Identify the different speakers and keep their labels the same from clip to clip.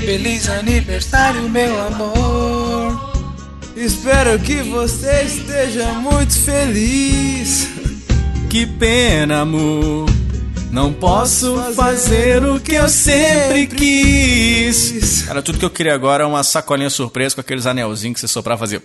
Speaker 1: Feliz aniversário, meu amor. Espero que você esteja muito feliz.
Speaker 2: Que pena, amor. Não posso fazer o que eu sempre quis. Cara, tudo que eu queria agora é uma sacolinha surpresa com aqueles anelzinhos que você soprar fazer.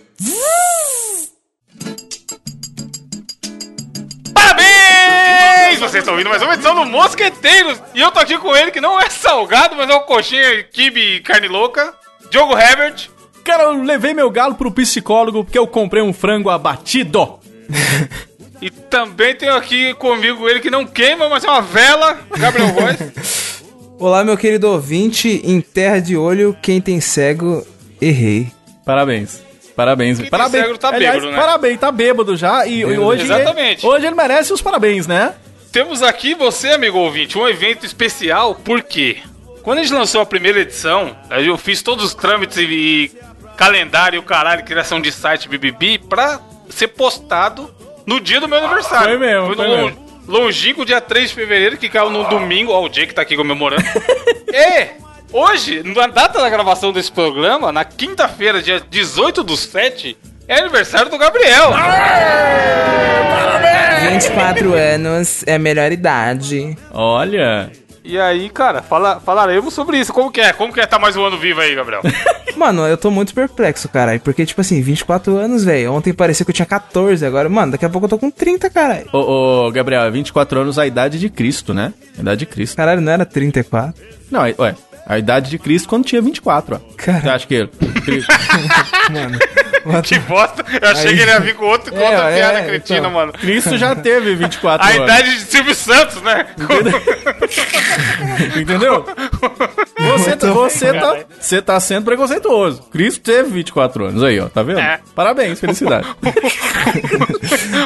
Speaker 3: Parabéns! Vocês estão ouvindo mais uma edição do Mosqueteiros. E eu tô aqui com ele, que não é salgado, mas é um coxinha, kibe e carne louca. Diogo Herbert.
Speaker 4: Cara, eu levei meu galo pro psicólogo porque eu comprei um frango abatido.
Speaker 3: E também tenho aqui comigo ele que não queima, mas é uma vela. Gabriel Voz.
Speaker 1: Olá, meu querido ouvinte. Em terra de olho, quem tem cego, errei.
Speaker 4: Parabéns. Parabéns.
Speaker 3: Quem tem
Speaker 4: parabéns.
Speaker 3: cérebro tá bêbado, né?
Speaker 4: Parabéns, tá bêbado já. E hoje,
Speaker 3: Exatamente.
Speaker 4: Ele, hoje ele merece os parabéns, né?
Speaker 3: Temos aqui você, amigo ouvinte, um evento especial, por quê? Quando a gente lançou a primeira edição, aí eu fiz todos os trâmites e, e calendário, caralho, criação de site BBB pra ser postado no dia do meu aniversário.
Speaker 4: foi mesmo,
Speaker 3: no
Speaker 4: foi
Speaker 3: lon-
Speaker 4: mesmo. Ah.
Speaker 3: longínquo dia 3 de fevereiro, que caiu no domingo. Ó, o dia que tá aqui comemorando. e hoje, na data da gravação desse programa, na quinta-feira, dia 18 do 7, é aniversário do Gabriel.
Speaker 1: 24 anos é a melhor idade.
Speaker 4: Olha.
Speaker 3: E aí, cara, fala, falaremos sobre isso. Como que é? Como que é tá mais um ano vivo aí, Gabriel?
Speaker 1: Mano, eu tô muito perplexo, caralho. Porque, tipo assim, 24 anos, velho. Ontem parecia que eu tinha 14, agora, mano, daqui a pouco eu tô com 30, caralho.
Speaker 4: Ô, ô, Gabriel, é 24 anos a idade de Cristo, né? A idade de Cristo.
Speaker 1: Caralho, não era 34?
Speaker 4: Não, é- ué. A idade de Cristo quando tinha 24, ó.
Speaker 1: Cara.
Speaker 4: Você acha que ele... Cristo-
Speaker 3: que bosta. Eu achei que ele ia vir com, outro, com
Speaker 1: É,
Speaker 3: outra
Speaker 1: é,
Speaker 3: piada
Speaker 1: é,
Speaker 3: cretina,
Speaker 1: então.
Speaker 3: mano.
Speaker 4: Cristo já teve 24
Speaker 3: A
Speaker 4: anos.
Speaker 3: idade de Silvio Santos, né?
Speaker 4: Entendeu? Você, tá- você, tá, você tá sendo preconceituoso. Cristo teve 24 anos aí, ó. Tá vendo?
Speaker 3: É.
Speaker 4: Parabéns, felicidade.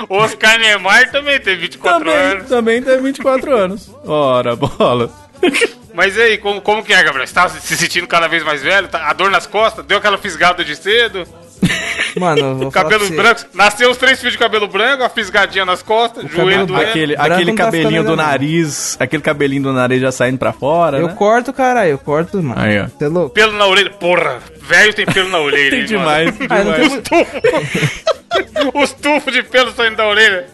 Speaker 3: Oscar Niemeyer também teve 24
Speaker 4: também,
Speaker 3: anos.
Speaker 4: também teve 24 anos. Ora, bola.
Speaker 3: Mas e aí, como, como que é, Gabriel? Você tá se sentindo cada vez mais velho? Tá- a dor nas costas? Deu aquela fisgada de cedo?
Speaker 1: Mano, eu vou falar pra
Speaker 3: Cabelos
Speaker 1: você.
Speaker 3: brancos? Nasceu os três filhos de cabelo branco, a fisgadinha nas costas, joelho
Speaker 1: cabelo
Speaker 3: doendo.
Speaker 4: Aquele,
Speaker 1: Branco
Speaker 4: aquele
Speaker 1: não tá
Speaker 4: cabelinho
Speaker 1: ficando
Speaker 4: do
Speaker 1: legal, não.
Speaker 4: nariz, aquele cabelinho do nariz já saindo pra fora,
Speaker 1: Eu
Speaker 4: né?
Speaker 1: corto, caralho, eu corto, mano.
Speaker 4: Aí, ó.
Speaker 1: Você é louco?
Speaker 3: Pelo na orelha. Porra, velho tem pelo na orelha.
Speaker 4: Tem
Speaker 3: hein,
Speaker 4: demais,
Speaker 1: Ah, não tem
Speaker 4: demais.
Speaker 1: muito-
Speaker 3: mano. Os tufos de pelo saindo da orelha.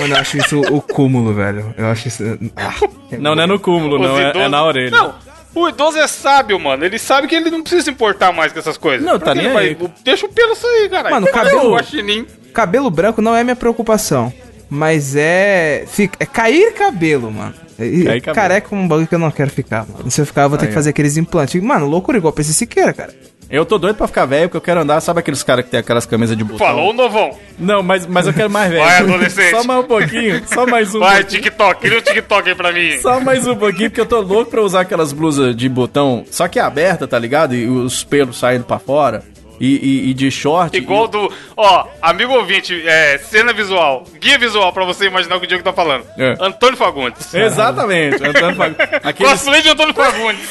Speaker 1: Mano, eu acho isso o cúmulo, velho. Eu acho isso. Ah,
Speaker 4: Não, não é no cúmulo,
Speaker 3: Os
Speaker 4: não. É,
Speaker 3: idosos-
Speaker 4: é na orelha.
Speaker 3: Não, o idoso é sábio, mano. Ele sabe que ele não precisa se importar mais com essas coisas.
Speaker 4: Não, tá
Speaker 3: que ele
Speaker 4: nem aí.
Speaker 3: Deixa o pelo sair, cara.
Speaker 1: Mano, o cabelo-
Speaker 3: O guaxinim.
Speaker 1: Cabelo branco não é minha preocupação. Mas é. fica- é cair cabelo, mano. E-
Speaker 4: Cair cabelo.
Speaker 1: Careca é um bagulho que eu não quero ficar, mano. Se eu ficar, eu vou ter
Speaker 4: Aí,
Speaker 1: que
Speaker 4: ó.
Speaker 1: fazer aqueles implantes. Mano, loucura igual pra esse Siqueira, cara.
Speaker 4: Eu tô doido pra ficar velho, porque eu quero andar. Sabe aqueles caras que tem aquelas camisas de botão?
Speaker 3: Falou o novão.
Speaker 4: Não, mas, mas eu quero mais velho.
Speaker 3: Vai, adolescente.
Speaker 4: Só mais um pouquinho. Só mais um
Speaker 3: Vai, TikTok. Cria o TikTok aí pra mim.
Speaker 4: Só mais um pouquinho, porque eu tô louco pra usar aquelas blusas de botão, só que aberta, tá ligado? E os pelos saindo pra fora. E, e- e de short.
Speaker 3: Igual do. Ó, amigo ouvinte, é, cena visual. Guia visual pra você imaginar o que o Diego tá falando.
Speaker 4: É.
Speaker 3: Antônio Fagundes.
Speaker 4: E- Exatamente. Antônio Fagundes. aqueles,
Speaker 3: Cosplay de Antônio Fagundes.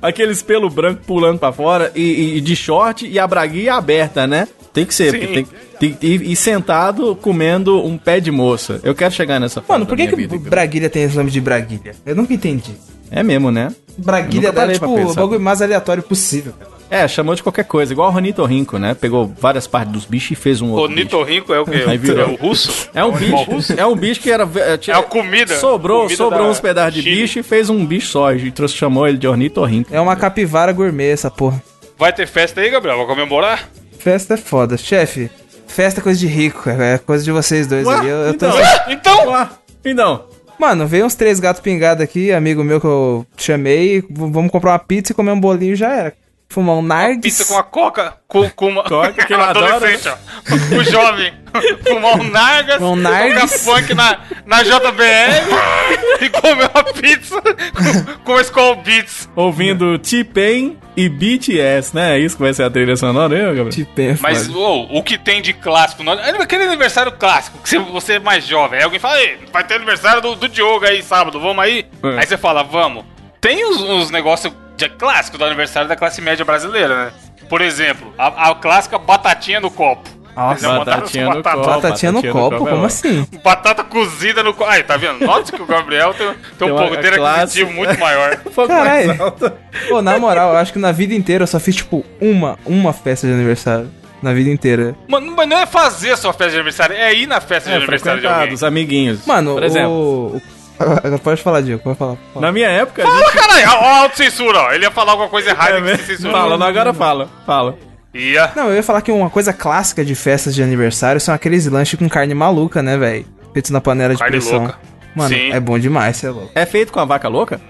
Speaker 4: aqueles pelo branco pulando pra fora. E, e- e de short e a braguinha aberta, né? Tem que ser. porque Tem, tem- e, e sentado comendo um pé de moça. Eu quero chegar nessa fase
Speaker 1: Mano, por
Speaker 4: da
Speaker 1: que, que
Speaker 4: minha vida, cara.
Speaker 1: Braguilha tem esse nome de Braguilha? Eu nunca entendi.
Speaker 4: É mesmo, né?
Speaker 1: Braguilha
Speaker 4: Eu nunca
Speaker 1: dá,
Speaker 4: parei
Speaker 1: tipo,
Speaker 4: pra
Speaker 1: o
Speaker 4: pensar.
Speaker 1: bagulho mais aleatório possível. cara.
Speaker 4: É, chamou de qualquer coisa. Igual o Ronitorrinco, né? Pegou várias partes dos bichos e fez um
Speaker 3: O
Speaker 4: outro. bicho.
Speaker 3: Nitorrinco é o quê?
Speaker 4: Aí virou.
Speaker 3: É o russo?
Speaker 4: É um bicho. É um bicho que era. É, tinha-
Speaker 3: É uma comida.
Speaker 4: Sobrou,
Speaker 3: Comida
Speaker 4: sobrou
Speaker 3: da
Speaker 4: uns pedaços de
Speaker 3: Chile.
Speaker 4: bicho e fez um bicho só. E trouxe, chamou ele de ornitorrinco.
Speaker 1: É uma capivara gourmet essa porra.
Speaker 3: Vai ter festa aí, Gabriel? Vai comemorar?
Speaker 1: Festa é foda. Chefe, festa é coisa de rico, cara. é coisa de vocês dois
Speaker 4: Ué,
Speaker 1: aí. Eu, eu tô...
Speaker 4: então.
Speaker 3: Então,
Speaker 4: Ah, então.
Speaker 1: Mano, veio uns três gatos pingados aqui, amigo meu que eu chamei. v- Vamos comprar uma pizza e comer um bolinho e já era. Fumar um nardes.
Speaker 3: pizza com a coca, com, com uma.
Speaker 4: Coca, que ele
Speaker 3: adolescente, ó. O jovem. Fumar um Nargas,
Speaker 1: Um Nargas.
Speaker 3: tocar funk na, na JBL e comer uma pizza com, com Skull Beats.
Speaker 4: Ouvindo T-Pain e BTS, né? É isso que vai ser a trilha sonora, hein, Gabriel?
Speaker 1: Tipo, é
Speaker 3: Mas
Speaker 1: foda.
Speaker 3: uou, o que tem de clássico? no- Aquele aniversário clássico, que você- você é mais jovem. Aí alguém fala, Ei, vai ter aniversário do, do Diogo aí sábado, vamos aí?
Speaker 4: É.
Speaker 3: Aí você fala, vamos. Tem uns, uns negócios de clássico do aniversário da classe média brasileira, né? Por exemplo, a, a clássica batatinha no copo. Nossa,
Speaker 4: Batatinha no
Speaker 3: batata-
Speaker 4: copo. batatinha
Speaker 1: Batatinha no
Speaker 4: no
Speaker 1: copo?
Speaker 4: copo é
Speaker 1: Como
Speaker 4: ótimo.
Speaker 1: assim?
Speaker 3: Batata cozida no. co- Ai, tá vendo? Nossa que o Gabriel tem, tem,
Speaker 4: Tem
Speaker 3: um
Speaker 4: uma
Speaker 3: poder
Speaker 4: classe.
Speaker 3: aquisitivo muito maior.
Speaker 4: Fogo
Speaker 1: Caralho.
Speaker 4: Um mais alto.
Speaker 1: Pô, na moral, eu acho que na vida inteira eu só fiz, tipo, uma, uma festa de aniversário. Na vida inteira.
Speaker 3: Mano, mas não é fazer sua festa de aniversário, é ir na festa de
Speaker 4: É,
Speaker 3: aniversário de alguém.
Speaker 4: frequentados, amiguinhos.
Speaker 1: Mano,
Speaker 4: Por exemplo,
Speaker 1: o... o- Agora Pode falar, Diego, pode falar. pode falar.
Speaker 4: na minha época... a
Speaker 3: Fala, caralho! Ó, a autocensura, ó. Ele ia falar alguma coisa errada
Speaker 4: gente-
Speaker 3: que um- se censurou.
Speaker 4: É fala, né? não, agora fala, fala.
Speaker 3: Ia.
Speaker 1: Não, eu ia falar que uma coisa clássica de festas de aniversário são aqueles lanches com carne maluca, né, velho? Feitos na panela de
Speaker 3: Carne
Speaker 1: pressão.
Speaker 3: louca.
Speaker 1: Mano,
Speaker 3: Sim.
Speaker 1: é bom demais, cê é louco.
Speaker 4: É feito com a vaca louca?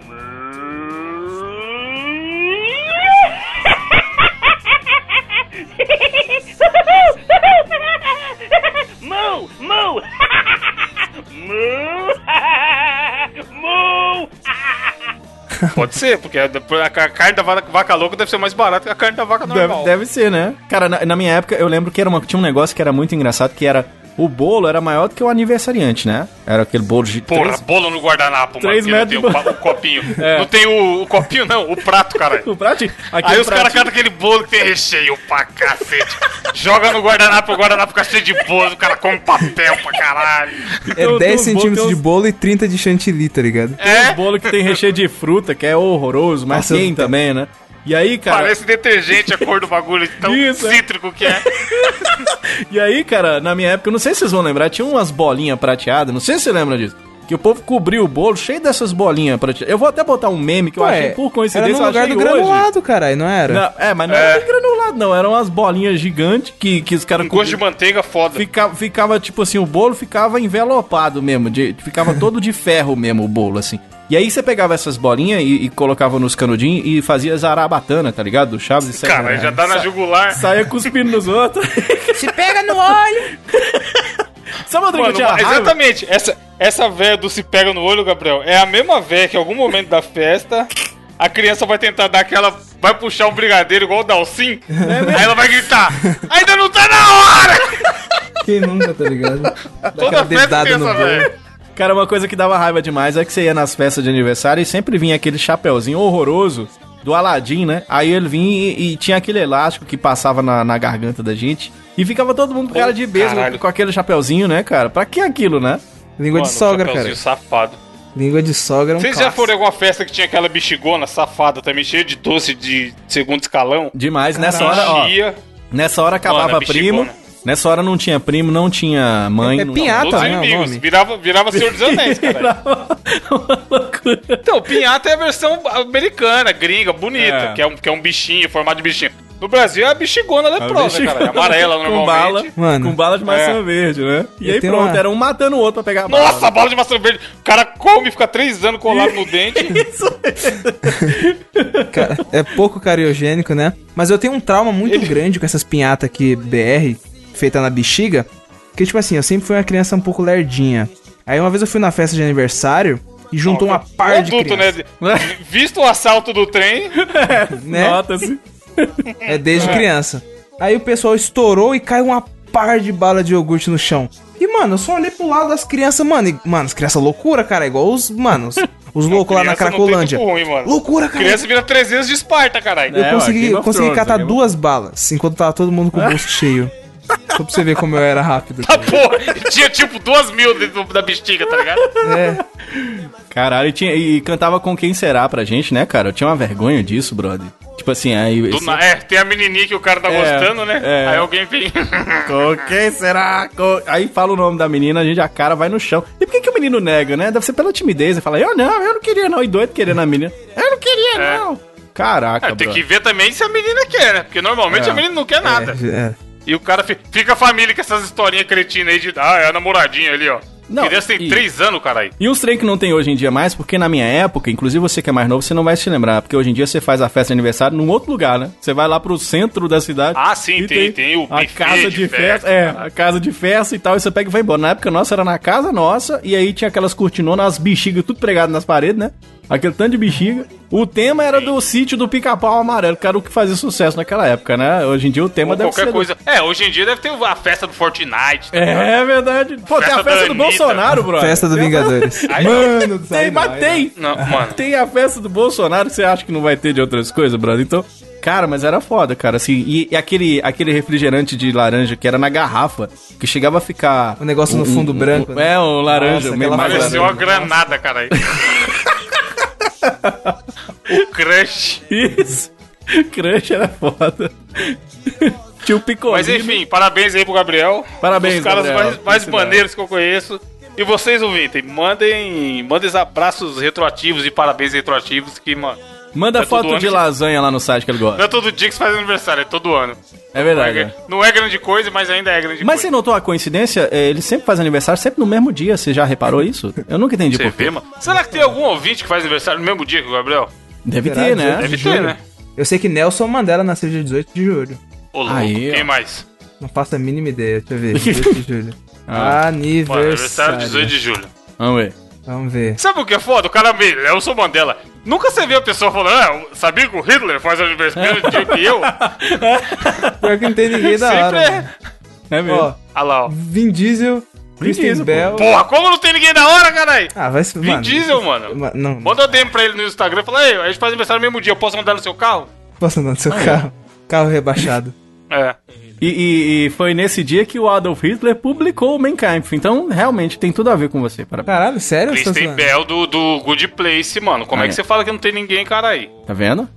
Speaker 5: Moo! Moo! Moo! Moo!
Speaker 3: Pode ser, porque a, a carne da vaca, vaca louca deve ser mais barata que a carne da vaca
Speaker 4: Deve,
Speaker 3: normal.
Speaker 4: deve ser, né? Cara, na, na minha época eu lembro que era uma, tinha um negócio que era muito engraçado, que era o bolo era maior do que o aniversariante, né? Era aquele bolo de
Speaker 3: Porra,
Speaker 4: três-
Speaker 3: bolo no guardanapo, mano.
Speaker 4: três
Speaker 3: que não tem
Speaker 4: metros
Speaker 3: o,
Speaker 4: de
Speaker 3: pa- o copinho.
Speaker 4: É.
Speaker 3: Não tem o, o copinho, não, o prato, caralho.
Speaker 4: O prato, aquele
Speaker 3: Aí os caras
Speaker 4: pratinho-
Speaker 3: catam aquele bolo que tem recheio pra cacete. Joga no guardanapo, o guardanapo fica cheio de bolo, o cara come papel pra caralho.
Speaker 1: É
Speaker 4: Tem
Speaker 1: 10
Speaker 4: uns bo-
Speaker 1: centímetros
Speaker 4: tem
Speaker 1: de
Speaker 4: uns-
Speaker 1: bolo e 30 de chantilly, tá ligado?
Speaker 4: Tem
Speaker 3: É,
Speaker 4: uns bolo que tem recheio de fruta, que é horroroso, mas
Speaker 1: Nossa,
Speaker 4: tem
Speaker 1: eu-
Speaker 4: também, né? E aí, cara,
Speaker 3: parece detergente a cor do bagulho, de tão
Speaker 4: Isso, é.
Speaker 3: cítrico que é.
Speaker 4: e aí, cara, na minha época, eu não sei se vocês vão lembrar, tinha umas bolinhas prateadas, não sei se você lembra disso. Que o povo cobriu o bolo cheio dessas bolinhas prateadas. Eu vou até botar um meme que eu achei por coincidência,
Speaker 1: era no lugar
Speaker 4: eu achei
Speaker 1: do
Speaker 4: hoje.
Speaker 1: granulado, caralho, não era?
Speaker 4: Não, é, mas não era bem granulado, não. Eram umas bolinhas gigantes que, que os caras
Speaker 3: Um gosto de manteiga foda.
Speaker 4: Fica- ficava tipo assim, o bolo ficava envelopado mesmo, de- ficava todo de ferro mesmo o bolo, assim. E aí você pegava essas bolinhas e, e colocava nos canudinhos e fazia zarabatana, tá ligado? Do Chaves e saía-
Speaker 3: Cara, já dá na
Speaker 4: sa-
Speaker 3: jugular.
Speaker 4: Saia cuspindo nos outros.
Speaker 1: Se pega no olho!
Speaker 4: Sabe Rodrigo,
Speaker 3: Mano, é
Speaker 4: eu tinha raiva?
Speaker 3: exatamente. Essa, essa véia do se pega no olho, Gabriel, é a mesma véia que em algum momento da festa a criança vai tentar dar aquela. Vai puxar um brigadeiro igual o Dalsim.
Speaker 4: é
Speaker 3: aí ela vai gritar: Ainda não tá na hora!
Speaker 1: Quem nunca, tá ligado?
Speaker 3: Toda festa tem essa
Speaker 1: bolo.
Speaker 3: véia.
Speaker 4: Cara, uma coisa que dava raiva demais é que você ia nas festas de aniversário e sempre vinha aquele chapeuzinho horroroso do Aladim, né? Aí ele vinha e, e tinha aquele elástico que passava na, na garganta da gente. E ficava todo mundo com cara de beijo
Speaker 3: caralho.
Speaker 4: com aquele chapeuzinho, né, cara? Pra que aquilo, né?
Speaker 1: Língua de
Speaker 3: Mano,
Speaker 1: sogra, cara.
Speaker 3: chapeuzinho safado.
Speaker 1: Língua de sogra é um
Speaker 3: Vocês já
Speaker 1: clássico.
Speaker 3: foram em alguma festa que tinha aquela bexigona safada também, cheia de doce de segundo escalão?
Speaker 4: Demais. Nessa hora, ó,
Speaker 3: Enchia.
Speaker 4: nessa hora acabava
Speaker 3: Mano,
Speaker 4: primo.
Speaker 3: bichigona.
Speaker 4: Nessa hora não tinha primo, não tinha mãe.
Speaker 1: É
Speaker 4: não-
Speaker 1: pinhata,
Speaker 3: Todos os
Speaker 1: né, o
Speaker 3: inimigos.
Speaker 1: nome?
Speaker 3: Virava, virava Senhor dos Anéis, cara.
Speaker 4: Uma loucura.
Speaker 3: Então, pinhata é a versão americana, gringa, bonita,
Speaker 4: É.
Speaker 3: Que, é um, que é um bichinho, formato de bichinho. No Brasil é a bexigona leprosa,
Speaker 4: Bexigona
Speaker 3: cara. é Amarela
Speaker 4: com bala,
Speaker 3: normalmente. É.
Speaker 1: Mano.
Speaker 4: com bala de maçã verde, né? E
Speaker 1: Eu
Speaker 4: aí
Speaker 1: tenho
Speaker 4: pronto,
Speaker 1: uma-
Speaker 4: era um matando o outro pra pegar a bala.
Speaker 3: Nossa, bala de maçã verde. O cara come, fica três anos colado no dente.
Speaker 4: Isso
Speaker 1: Ca- é pouco cariogênico, né? Mas eu tenho um trauma muito grande com essas pinhatas aqui BR, feita na bexiga. Que, tipo assim, eu sempre fui uma criança um pouco lerdinha. Aí uma vez eu fui na festa de aniversário e juntou uma par de
Speaker 3: Adulto, né?
Speaker 1: crianças.
Speaker 3: Visto o assalto do trem,
Speaker 1: Né?
Speaker 4: Nota-se.
Speaker 1: É desde criança. Aí o pessoal estourou e caiu uma par de bala de iogurte no chão. E, mano, eu só olhei pro lado das crianças, mano. E, mano, as crianças loucura, cara. Igual os, mano, os, os loucos lá na
Speaker 3: criança não tem
Speaker 1: Cracolândia.
Speaker 3: tempo ruim, mano.
Speaker 1: Loucura, cara.
Speaker 3: criança vira 300 de Esparta, caralho.
Speaker 1: Eu
Speaker 4: É, ó,
Speaker 1: consegui,
Speaker 4: Game of
Speaker 1: consegui
Speaker 4: Thrones,
Speaker 1: catar
Speaker 4: Game of-
Speaker 1: duas balas enquanto tava todo mundo com o bolso cheio. Só pra você ver como eu era rápido.
Speaker 3: Ah, porra, tinha tipo duas mil dentro da bexiga, tá ligado?
Speaker 1: É.
Speaker 4: Caralho, e, tinha- e cantava com quem será pra gente, né, cara? Eu tinha uma vergonha disso, brother. Tipo assim, aí.
Speaker 3: Do
Speaker 4: esse-
Speaker 3: na- é, tem a menininha que o cara tá
Speaker 4: É,
Speaker 3: gostando, né?
Speaker 4: é.
Speaker 3: Aí alguém vem.
Speaker 4: Com quem será? Com- Aí fala o nome da menina, a gente a cara vai no chão. E por que, que o menino nega, né? Deve ser pela timidez. Ele fala, eu não, eu não queria não. E doido querendo a menina. Eu não queria
Speaker 3: É.
Speaker 4: não. Caraca,
Speaker 3: É, tem que
Speaker 4: brother.
Speaker 3: ver também se a menina quer, né? Porque normalmente
Speaker 4: Tá É.
Speaker 3: a menina não quer nada.
Speaker 1: é.
Speaker 3: E o cara fi- fica a família com essas historinhas cretinas aí de. Ah, é a namoradinha ali, ó.
Speaker 4: Não,
Speaker 3: Criança tem
Speaker 4: e-
Speaker 3: 3 anos, caralho.
Speaker 4: E uns trem que não tem hoje em dia mais, porque na minha época, inclusive você que é mais novo, você não vai se lembrar. Porque hoje em dia você faz a festa de aniversário num outro lugar, né? Você vai lá pro centro da cidade.
Speaker 3: Ah, sim, tem- tem o
Speaker 4: a
Speaker 3: buffet
Speaker 4: casa
Speaker 3: de
Speaker 4: de
Speaker 3: festa.
Speaker 4: festa. É, a casa de festa e tal, e você pega e vai embora. Na época nossa era na casa nossa, e aí tinha aquelas cortinonas, as bexigas tudo pregado nas paredes, né? Aquele tanto de bexiga. O tema era do sítio do pica-pau amarelo, que era o que fazia sucesso naquela época, né? Hoje em dia o tema
Speaker 3: Ou
Speaker 4: deve
Speaker 3: qualquer
Speaker 4: ser.
Speaker 3: coisa. É, hoje em dia deve ter a festa do Fortnite. tá ligado?
Speaker 4: É verdade. Pô, tem a
Speaker 3: Festa da
Speaker 4: festa do
Speaker 3: Anitta.
Speaker 4: Bolsonaro, brother.
Speaker 1: Festa do
Speaker 4: Tem a-
Speaker 1: Vingadores.
Speaker 3: Aí-
Speaker 1: Mano,
Speaker 4: Tem,
Speaker 1: sai
Speaker 4: mas
Speaker 1: não, aí
Speaker 4: tem.
Speaker 3: Não, mano.
Speaker 4: Tem a festa do Bolsonaro, você acha que não vai ter de outras coisas, brother? Então, Cara, mas era foda, cara. Assim, e, e aquele, aquele refrigerante de laranja que era na garrafa, que chegava a ficar. um,
Speaker 1: O negócio no fundo branco, né?
Speaker 4: É, o laranja,
Speaker 1: Nossa,
Speaker 4: o meio
Speaker 1: aquela
Speaker 4: mais
Speaker 1: laranja.
Speaker 3: Pareceu
Speaker 4: laranja.
Speaker 3: uma granada, caralho. o crush.
Speaker 4: Isso. Crush era foda. Tinha o picolino.
Speaker 3: Mas enfim, parabéns aí pro Gabriel.
Speaker 4: Parabéns,
Speaker 3: Os caras
Speaker 4: Gabriel.
Speaker 3: mais, mais
Speaker 4: Felicidade.
Speaker 3: maneiros que eu conheço. E vocês, ouvintem, mandem, mandem os abraços retroativos e parabéns retroativos que, mano,
Speaker 4: Manda
Speaker 3: É todo
Speaker 4: foto
Speaker 3: ano
Speaker 4: de
Speaker 3: que-
Speaker 4: lasanha lá no site que ele
Speaker 3: não
Speaker 4: gosta.
Speaker 3: é todo dia que você faz aniversário, é todo ano.
Speaker 4: É
Speaker 3: Não é,
Speaker 4: verdade.
Speaker 3: gra- não é grande coisa, mas ainda é grande
Speaker 4: Mas você
Speaker 3: coisa.
Speaker 4: notou a coincidência? É, Ele sempre faz aniversário, sempre no mesmo dia. Você já reparou isso? Eu nunca entendi
Speaker 3: Você
Speaker 4: por
Speaker 3: vê,
Speaker 4: quê.
Speaker 3: mano? Será que tem algum ouvinte que faz aniversário no mesmo dia que o Gabriel?
Speaker 4: Deve
Speaker 1: Será?
Speaker 4: ter, né?
Speaker 1: Deve
Speaker 3: Deve
Speaker 1: Juro.
Speaker 3: ter, né?
Speaker 1: Eu sei que Nelson Mandela nasceu dia 18 de julho.
Speaker 3: Ô, louco,
Speaker 4: Aí, ó.
Speaker 3: quem mais?
Speaker 1: Não faço a mínima ideia, deixa eu ver. 18 de julho.
Speaker 3: Mano,
Speaker 1: Aniversário.
Speaker 3: aniversário 18 de julho.
Speaker 4: Vamos ver.
Speaker 1: Vamos ver.
Speaker 3: Sabe o que é foda? O cara me... Eu sou Mandela. Nunca você vê a pessoa falando, ah, sabia que o Hitler faz aniversário no dia que eu?
Speaker 1: Pior que não tem ninguém da hora.
Speaker 3: Sempre
Speaker 1: mano.
Speaker 3: é...
Speaker 4: É mesmo.
Speaker 1: Ó,
Speaker 3: Ah lá, ó.
Speaker 1: Vin Diesel, Kristen
Speaker 4: Diesel, pô.
Speaker 1: Bell.
Speaker 3: Porra, como não tem ninguém da hora, caralho?
Speaker 1: Ah, vai se.
Speaker 3: Vin Diesel, mano.
Speaker 1: Ma- Não, não
Speaker 3: Manda um DM pra ele no Instagram e fala, ei, a gente faz aniversário no mesmo dia, eu posso mandar no seu carro?
Speaker 1: posso andar no seu carro. Carro rebaixado.
Speaker 3: É.
Speaker 4: E, e- e foi nesse dia que o Adolf Hitler publicou o Mein Kampf. Então, realmente, tem tudo a ver com você. Parabéns.
Speaker 1: Caralho, sério? você tá
Speaker 3: Kristen
Speaker 1: zoando?
Speaker 3: Bell do, do Good Place, mano. Como é,
Speaker 4: Ah,
Speaker 3: que
Speaker 4: é.
Speaker 3: você fala que não tem ninguém, caralho?
Speaker 4: Tá vendo?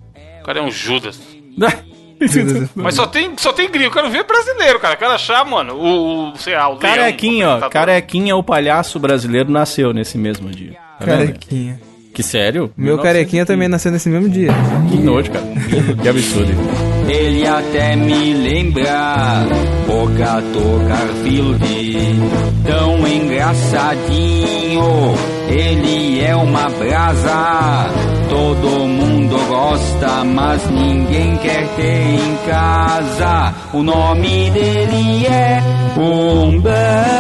Speaker 3: O cara é um Judas.
Speaker 1: Deus.
Speaker 3: Mas só tem, só tem gringo. Eu quero ver brasileiro, cara. Eu quero achar, mano, o, o sei lá, o leão,
Speaker 4: Carequinha,
Speaker 3: o
Speaker 4: ó.
Speaker 3: apresentador.
Speaker 4: Carequinha, o palhaço brasileiro, nasceu nesse mesmo dia. Tá vendo?
Speaker 1: Carequinha.
Speaker 4: Que sério?
Speaker 1: Meu carequinha também nasceu nesse mesmo dia.
Speaker 4: Que nojo, cara. que absurdo.
Speaker 6: Ele até me lembra o gato Garfield, tão engraçadinho. Ele é uma brasa, todo mundo gosta, mas ninguém quer ter em casa. O nome dele é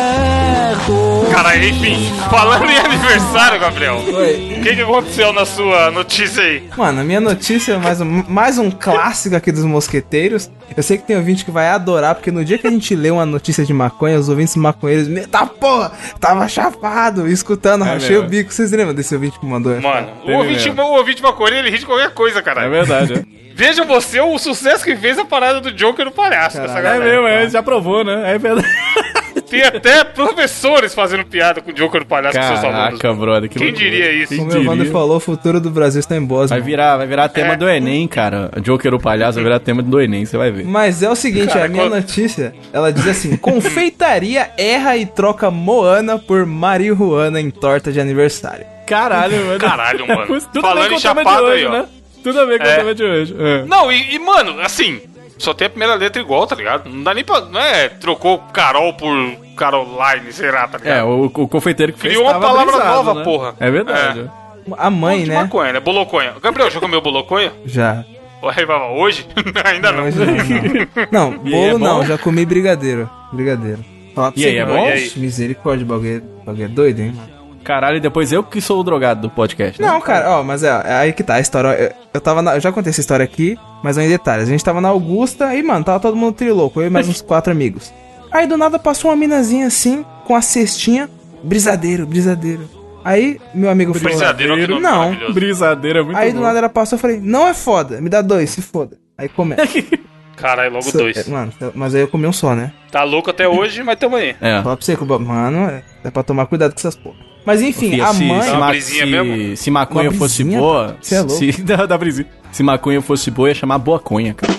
Speaker 6: Humberto.
Speaker 3: Cara, enfim, falando em aniversário, Gabriel,
Speaker 1: Oi.
Speaker 3: o que, que aconteceu na sua notícia aí?
Speaker 1: Mano, a minha notícia é mais um, mais um clássico aqui dos mosqueteiros. Eu sei que tem ouvinte que vai adorar, porque no dia que a gente lê uma notícia de maconha, os ouvintes maconheiros, "Me- tá porra, tava chapado, escutando, rachei o
Speaker 4: mesmo.
Speaker 1: bico. Vocês lembram desse ouvinte que mandou?
Speaker 3: Mano, o
Speaker 4: Tem
Speaker 3: ouvinte,
Speaker 4: mesmo.
Speaker 3: o ouvinte maconha, ele ri de qualquer coisa,
Speaker 4: É
Speaker 3: caralho.
Speaker 4: verdade.
Speaker 3: Veja você o sucesso que fez a parada do Joker no palhaço. com essa
Speaker 4: é
Speaker 3: galera.
Speaker 4: mesmo, é. Já provou, né? É verdade.
Speaker 3: Tem até professores fazendo piada com o Joker no palhaço com seus alunos.
Speaker 4: Caraca, brother. Que
Speaker 3: Quem
Speaker 4: loucura.
Speaker 3: diria isso?
Speaker 4: Quem
Speaker 1: Como o meu Wander
Speaker 4: diria?
Speaker 1: falou, o futuro do Brasil está em Bosnia.
Speaker 4: Vai virar, vai virar tema
Speaker 3: É.
Speaker 4: do Enem, cara. Joker o palhaço vai virar tema do Enem, você vai ver.
Speaker 1: Mas é o seguinte, a minha
Speaker 3: quando-
Speaker 1: notícia, ela diz assim: confeitaria erra e troca Moana por marihuana em torta de aniversário.
Speaker 4: Caralho, mano.
Speaker 3: Caralho, mano.
Speaker 4: Tudo
Speaker 3: Falando
Speaker 4: bem com
Speaker 3: em
Speaker 4: o tema de
Speaker 3: chapado
Speaker 4: hoje,
Speaker 3: aí, ó.
Speaker 4: né? Tudo a ver com o
Speaker 3: É.
Speaker 4: tema de hoje. É.
Speaker 3: Não, e, e, mano, assim, só tem a primeira letra igual, tá ligado? Não dá nem pra. Não é trocou Carol por Caroline, sei lá, tá ligado?
Speaker 4: É, o, o confeiteiro que fez
Speaker 3: Criou uma
Speaker 4: tava
Speaker 3: palavra
Speaker 4: brisado,
Speaker 3: nova,
Speaker 4: né?
Speaker 3: porra.
Speaker 4: É verdade.
Speaker 3: É.
Speaker 1: A mãe,
Speaker 3: de
Speaker 1: né?
Speaker 3: maconha, né? Boloconha. Gabriel, já comeu boloconha?
Speaker 1: Já.
Speaker 3: Ué, Baba, hoje? Ainda não.
Speaker 1: Mas não, não. Não,
Speaker 4: E aí, é
Speaker 1: bolo
Speaker 4: bom?
Speaker 1: não, já comi brigadeiro. Brigadeiro. Fala pra
Speaker 4: E
Speaker 1: você,
Speaker 4: aí, é
Speaker 1: mano.
Speaker 4: bom?
Speaker 3: E aí?
Speaker 1: Misericórdia, o bagulho, é- o bagulho é doido, hein? mano?
Speaker 4: Caralho, e depois eu que sou o drogado do podcast. né?
Speaker 1: Não, cara, ó, mas é, é aí que tá a história. Eu, eu tava na- eu já contei essa história aqui, mas não em detalhes. A gente tava na Augusta e, mano, tava todo mundo trilouco, eu e mais uns quatro amigos. Aí do nada passou uma minazinha assim, com a cestinha, brisadeiro, brisadeiro. Aí meu amigo falou.
Speaker 3: Brisadeiro,
Speaker 4: é
Speaker 3: olha que nome
Speaker 1: é Não.
Speaker 3: maravilhoso.
Speaker 4: Brisadeira é muito
Speaker 1: Aí
Speaker 4: bom.
Speaker 1: do nada ela passou, eu falei, não é foda, me dá dois, se foda. Aí começa.
Speaker 3: Caralho, logo
Speaker 1: É,
Speaker 3: dois.
Speaker 1: Mano, mas aí eu comi um só, né?
Speaker 3: Tá louco até hoje, mas tamo aí.
Speaker 4: É.
Speaker 1: Fala pra você, Cuba. Mano, é, é pra tomar cuidado com essas porra. Mas enfim,
Speaker 4: Fia,
Speaker 1: a
Speaker 4: se,
Speaker 1: mãe.
Speaker 4: se,
Speaker 3: É Uma
Speaker 4: ma-
Speaker 3: brisinha
Speaker 4: se-
Speaker 3: mesmo?
Speaker 4: se maconha
Speaker 1: Uma
Speaker 4: fosse
Speaker 1: brisinha,
Speaker 4: boa.
Speaker 1: cê é louco.
Speaker 4: Se, da, da brisinha. Se maconha fosse boa, ia chamar boa conha, cara.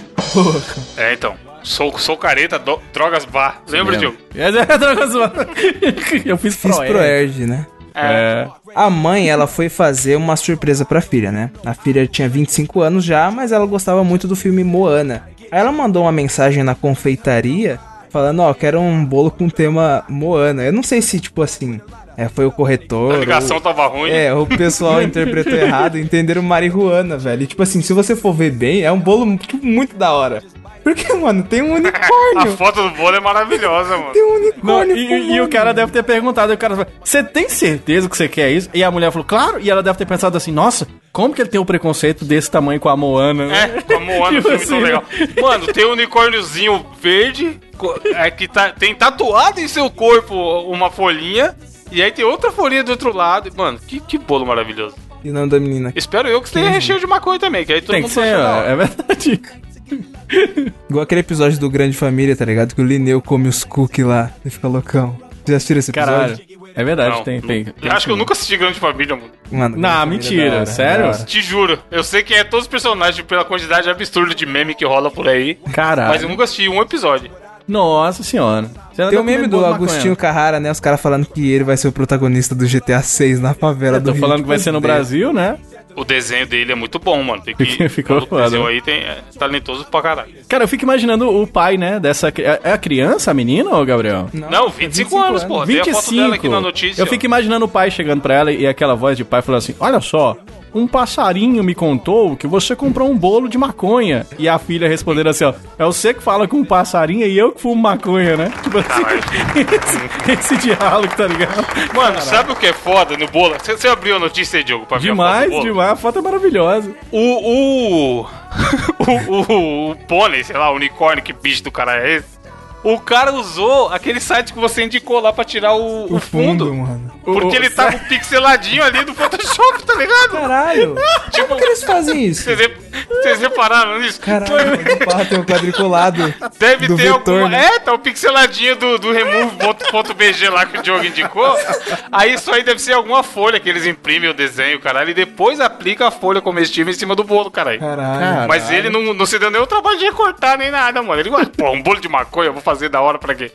Speaker 3: É, então. Sou, sou careta, do- drogas bar. Lembra, Diogo?
Speaker 4: É, é, droga zoada. Eu fiz
Speaker 1: Fiz
Speaker 4: proerd.
Speaker 1: pro Erd, né?
Speaker 4: É.
Speaker 1: A mãe, ela foi fazer uma surpresa pra filha, né? A filha tinha 25 anos já, mas ela gostava muito do filme Moana. Aí ela mandou uma mensagem na confeitaria falando, ó, quero um bolo com tema Moana. Eu não sei se, tipo assim, é, foi o corretor.
Speaker 3: A ligação
Speaker 1: ou-
Speaker 3: tava ruim.
Speaker 1: É, o pessoal interpretou errado, entenderam marihuana, velho. E, tipo assim, se você for ver bem, é um bolo tipo, muito da hora. Porque, mano, tem um
Speaker 3: A
Speaker 1: unicórnio.
Speaker 3: foto do bolo é maravilhosa, mano.
Speaker 1: tem um
Speaker 4: Não,
Speaker 1: unicórnio.
Speaker 4: e,
Speaker 1: pulando.
Speaker 4: e o cara deve ter perguntado, e o cara falou, você tem certeza que você quer isso? E a mulher falou, claro, e ela deve ter pensado assim, nossa, como que ele tem um preconceito desse tamanho com a Moana? né?
Speaker 3: É, com a Moana,
Speaker 4: Tipo
Speaker 3: filme tão
Speaker 4: assim,
Speaker 3: legal. Mano, tem um unicórniozinho verde co- é, que tá, tem tatuado em seu corpo uma folhinha. E aí tem outra folhinha do outro lado. Mano, que, que bolo maravilhoso.
Speaker 1: E o nome da menina.
Speaker 3: Espero eu que tenha recheio de maconha também, que aí todo
Speaker 4: Tem que
Speaker 3: mundo vai
Speaker 4: ser,
Speaker 3: achar da
Speaker 4: ó,
Speaker 3: hora.
Speaker 4: é verdade.
Speaker 1: Igual aquele episódio do Grande Família, tá ligado? Que o Lineu come os cookies lá e fica loucão. Já assistiram esse
Speaker 4: Caralho.
Speaker 1: episódio?
Speaker 4: É verdade,
Speaker 3: Não,
Speaker 4: tem,
Speaker 3: não-
Speaker 4: tem.
Speaker 3: eu acho que eu nunca assisti Grande Família, mano.
Speaker 1: Mano, Grande
Speaker 4: Não,
Speaker 1: Família é da
Speaker 4: mentira,
Speaker 1: hora,
Speaker 4: sério?
Speaker 1: da hora.
Speaker 3: Te juro. Eu sei quem é todos os personagens pela quantidade absurda de meme que rola por aí. Mas eu
Speaker 4: Caralho.
Speaker 3: nunca assisti um episódio.
Speaker 4: Nossa senhora. Você
Speaker 1: Tem
Speaker 4: anda
Speaker 1: o meme
Speaker 4: comendo
Speaker 1: do
Speaker 4: bolo de
Speaker 1: Agostinho
Speaker 4: maconha.
Speaker 1: Carrara, né? Os caras falando que ele vai ser o protagonista do GTA 6 na favela
Speaker 4: Eu
Speaker 1: do
Speaker 4: tô
Speaker 1: Rio.
Speaker 4: falando que vai ser no
Speaker 1: Deus.
Speaker 4: Brasil, né?
Speaker 3: O desenho dele é muito bom, mano. Tem que.
Speaker 4: Ficou
Speaker 3: o desenho
Speaker 4: foda. né?
Speaker 3: aí tem, é talentoso pra caralho.
Speaker 4: Cara, eu fico imaginando o pai, né, dessa... cri- É é a criança, a menina, ou Gabriel?
Speaker 3: Não, 25, anos, pô. Tem a foto dela aqui na notícia.
Speaker 4: Eu
Speaker 3: ó.
Speaker 4: fico imaginando o pai chegando pra ela e aquela voz de pai falando assim: Olha só, um passarinho me contou que você comprou um bolo de maconha. E a filha respondendo assim: Ó, é você que fala com um passarinho e eu que fumo maconha, né? Tipo assim,
Speaker 3: Caralho.
Speaker 4: esse, esse diálogo, tá ligado?
Speaker 3: Mano, sabe o que é foda no bolo? Você, você abriu a notícia aí, Diogo, pra ver a foto do
Speaker 4: Demais,
Speaker 3: bolo?
Speaker 4: demais, a foto é maravilhosa.
Speaker 3: O. O. o, o, o pônei, sei lá, o unicórnio, que bicho do cara é esse? O cara usou aquele site que você indicou lá pra tirar o, o
Speaker 1: O
Speaker 3: fundo.
Speaker 1: fundo, mano.
Speaker 3: Porque
Speaker 4: O-
Speaker 3: ele tava pixeladinho ali do Photoshop, tá ligado?
Speaker 1: Caralho.
Speaker 3: Tipo,
Speaker 1: Como que eles fazem isso?
Speaker 3: vocês rep- vocês repararam nisso?
Speaker 1: Caralho, o barro tem um quadriculado.
Speaker 3: Deve
Speaker 1: do
Speaker 3: ter
Speaker 1: vetor,
Speaker 3: alguma.
Speaker 1: né?
Speaker 3: É, tá o pixeladinho do, do remove.bg lá que o Diogo indicou. Aí isso aí deve ser alguma folha que eles imprimem o desenho, caralho, e depois aplica a folha comestível em cima do bolo, caralho.
Speaker 1: Caralho.
Speaker 3: Mas ele não, não se deu nem o trabalho de recortar nem nada, mano. Ele gosta, pô, um bolo de maconha, eu vou fazer da hora pra quê?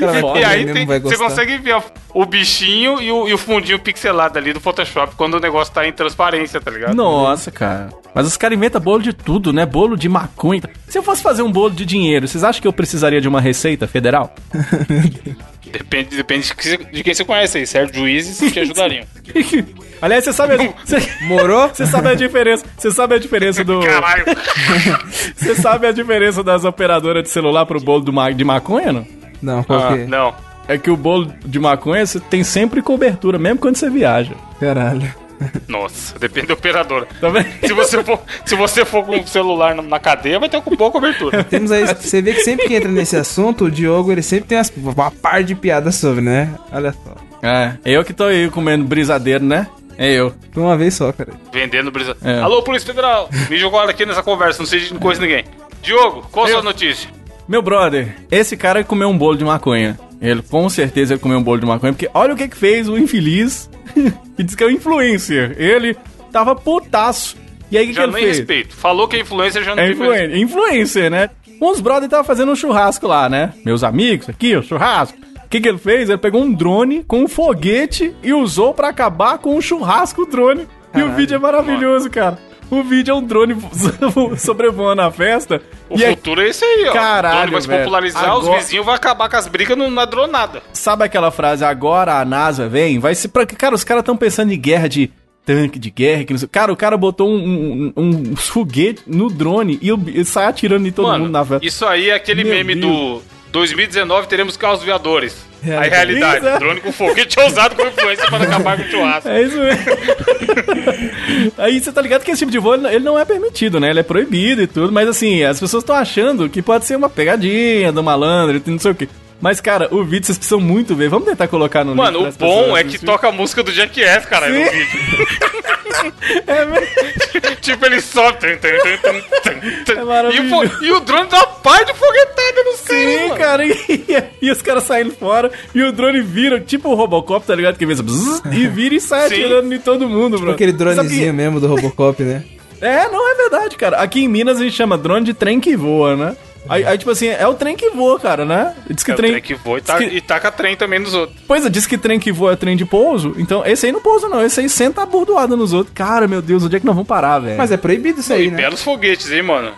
Speaker 1: vai comer
Speaker 3: e aí
Speaker 1: mesmo,
Speaker 3: tem-
Speaker 1: vai
Speaker 3: você
Speaker 1: gostar.
Speaker 3: consegue ver a- o bichinho e o, e o fundinho pixelado ali do Photoshop quando o negócio tá em transparência, tá ligado?
Speaker 4: Nossa, cara. Mas os caras inventam bolo de tudo, né? Bolo de maconha. Se eu fosse fazer um bolo de dinheiro, vocês acham que eu precisaria de uma receita federal?
Speaker 3: Depende, depende de que você- de quem você conhece aí, certo? Juízes te ajudariam.
Speaker 4: Aliás, você sabe. a- Você,
Speaker 1: Morou?
Speaker 4: você sabe a diferença. Você sabe a diferença do.
Speaker 3: Caralho.
Speaker 4: Você sabe a diferença das operadoras de celular pro bolo do ma- de maconha, não?
Speaker 1: Não, qual que é?
Speaker 3: Ah, Não.
Speaker 4: É que o bolo de maconha você tem sempre cobertura, mesmo quando você viaja.
Speaker 1: Caralho.
Speaker 3: Nossa, depende da operadora.
Speaker 4: Tá vendo?
Speaker 3: Se você for, se você for com o celular na- na cadeia, vai ter uma boa cobertura.
Speaker 1: Temos aí, você vê que sempre que entra nesse assunto, o Diogo, ele sempre tem umas- uma par de piadas sobre, né? Olha só.
Speaker 4: É, eu que tô aí comendo brisadeiro, né? É eu.
Speaker 1: Foi uma vez só, cara.
Speaker 3: Vendendo brisa.
Speaker 4: É.
Speaker 3: Alô, Polícia Federal. Me jogou aqui nessa conversa, não sei de coisa ninguém. Diogo, qual a sua notícia?
Speaker 4: Meu brother, esse cara comeu um bolo de maconha. Ele, com certeza, ele comeu um bolo de maconha, porque olha o que que fez o infeliz. e diz que é um influencer. Ele tava putaço. E aí, o que, que
Speaker 3: Já
Speaker 4: ele
Speaker 3: nem
Speaker 4: fez?
Speaker 3: respeito. Falou que é influencer, já não
Speaker 4: É
Speaker 3: tem mais-
Speaker 4: influencer, influencer, né? Uns brother tava fazendo um churrasco lá, né? Meus amigos, aqui, o churrasco. O que, que ele fez? Ele pegou um drone com um foguete e usou pra acabar com o churrasco o drone. e o vídeo é maravilhoso, cara. O vídeo é um drone sobrevoando a festa.
Speaker 3: O
Speaker 4: e aí,
Speaker 3: futuro é esse aí, ó.
Speaker 4: Caralho,
Speaker 3: Então ele vai se
Speaker 4: velho.
Speaker 3: popularizar, os
Speaker 4: Agora-
Speaker 3: vizinhos vão acabar com as brigas no- na dronada.
Speaker 4: sabe aquela frase, agora a NASA vem? Vai se. pra- Cara, os caras tão pensando em guerra de tanque, de guerra. Que não sei... Cara, o cara botou um, um, um- um foguete no drone e, e sai atirando em todo
Speaker 3: Mano,
Speaker 4: mundo na festa.
Speaker 3: isso aí é aquele
Speaker 4: Meu
Speaker 3: meme do... 2019 teremos carros voadores. A
Speaker 1: Realidade.
Speaker 3: realidade.
Speaker 4: Isso, é.
Speaker 3: Drone com foguete é usado como influencer para acabar com o churrasco.
Speaker 4: É isso mesmo. Aí você tá ligado que esse tipo de voo ele não é permitido, né? Ele é proibido e tudo, mas assim, as pessoas estão achando que pode ser uma pegadinha do malandro e não sei o quê. Mas, cara, o vídeo vocês precisam muito ver. Vamos tentar colocar no
Speaker 3: Mano, o
Speaker 4: pras
Speaker 3: bom
Speaker 4: pessoas assim.
Speaker 3: é que
Speaker 4: assistirem.
Speaker 3: toca a música do Jackass, cara, no
Speaker 4: Sim.
Speaker 3: vídeo.
Speaker 4: É mesmo.
Speaker 3: tipo, ele sobe. tum, tum, tum, tum, tum.
Speaker 4: É maravilhoso.
Speaker 3: E o fo- E, o drone dá uma par de foguetada nos caras,
Speaker 4: Sim,
Speaker 3: mano.
Speaker 4: cara, e, e os caras saindo fora e o drone vira, tipo o Robocop, tá ligado? Que vem assim, bzzz, e vira e sai
Speaker 3: Sim.
Speaker 4: atirando em todo mundo, bro.
Speaker 1: Aquele
Speaker 4: Sabe que-
Speaker 1: dronezinho mesmo do Robocop, né?
Speaker 4: É, não é verdade, cara. Aqui em Minas a gente chama drone de trem que voa, né? Aí, aí, tipo assim, é o trem que voa, cara, né? Diz que
Speaker 3: É o
Speaker 4: trem...
Speaker 3: trem que voa e, taca-
Speaker 4: diz que-
Speaker 3: e taca trem também nos outros.
Speaker 4: Pois é, diz que trem que voa é trem de pouso. Então, esse aí não pousa, não. Esse aí senta a bordoada nos outros. Cara, meu Deus, onde é que nós vamos parar, velho?
Speaker 1: Mas é proibido isso
Speaker 3: E
Speaker 1: aí, né?
Speaker 3: belos foguetes, hein, mano.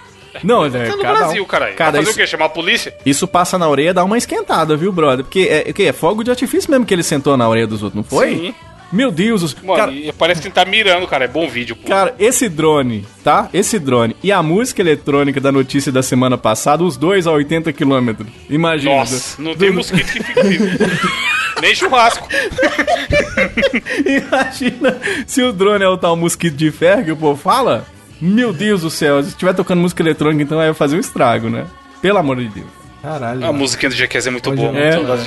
Speaker 4: não, é,
Speaker 3: Tá no
Speaker 4: cada um-
Speaker 3: Brasil, caralho. Vai
Speaker 4: Cara,
Speaker 3: fazer o
Speaker 4: isso,
Speaker 3: quê? Chamar a polícia?
Speaker 4: isso passa na orelha dá uma esquentada, viu, brother? Porque é, o quê? é fogo de artifício mesmo que ele sentou na orelha dos outros, não foi?
Speaker 3: Sim.
Speaker 4: Meu Deus, os...
Speaker 3: Mano,
Speaker 4: cara,
Speaker 3: e parece que ele tá mirando, cara. É bom vídeo, pô.
Speaker 4: Cara, esse drone, tá? Esse drone e a música eletrônica da notícia da semana passada, os dois a 80 km. Imagina.
Speaker 3: Nossa, não tem mosquito que fica vivo. Nem churrasco.
Speaker 4: Imagina se o drone é o tal mosquito de ferro que o povo fala. Meu Deus do céu, se estiver tocando música eletrônica, então vai fazer um estrago, né? Pelo amor de Deus.
Speaker 1: Caralho.
Speaker 3: A musiquinha do Jackass é muito boa.
Speaker 1: Hoje
Speaker 3: mano.
Speaker 4: É.
Speaker 3: Saudades do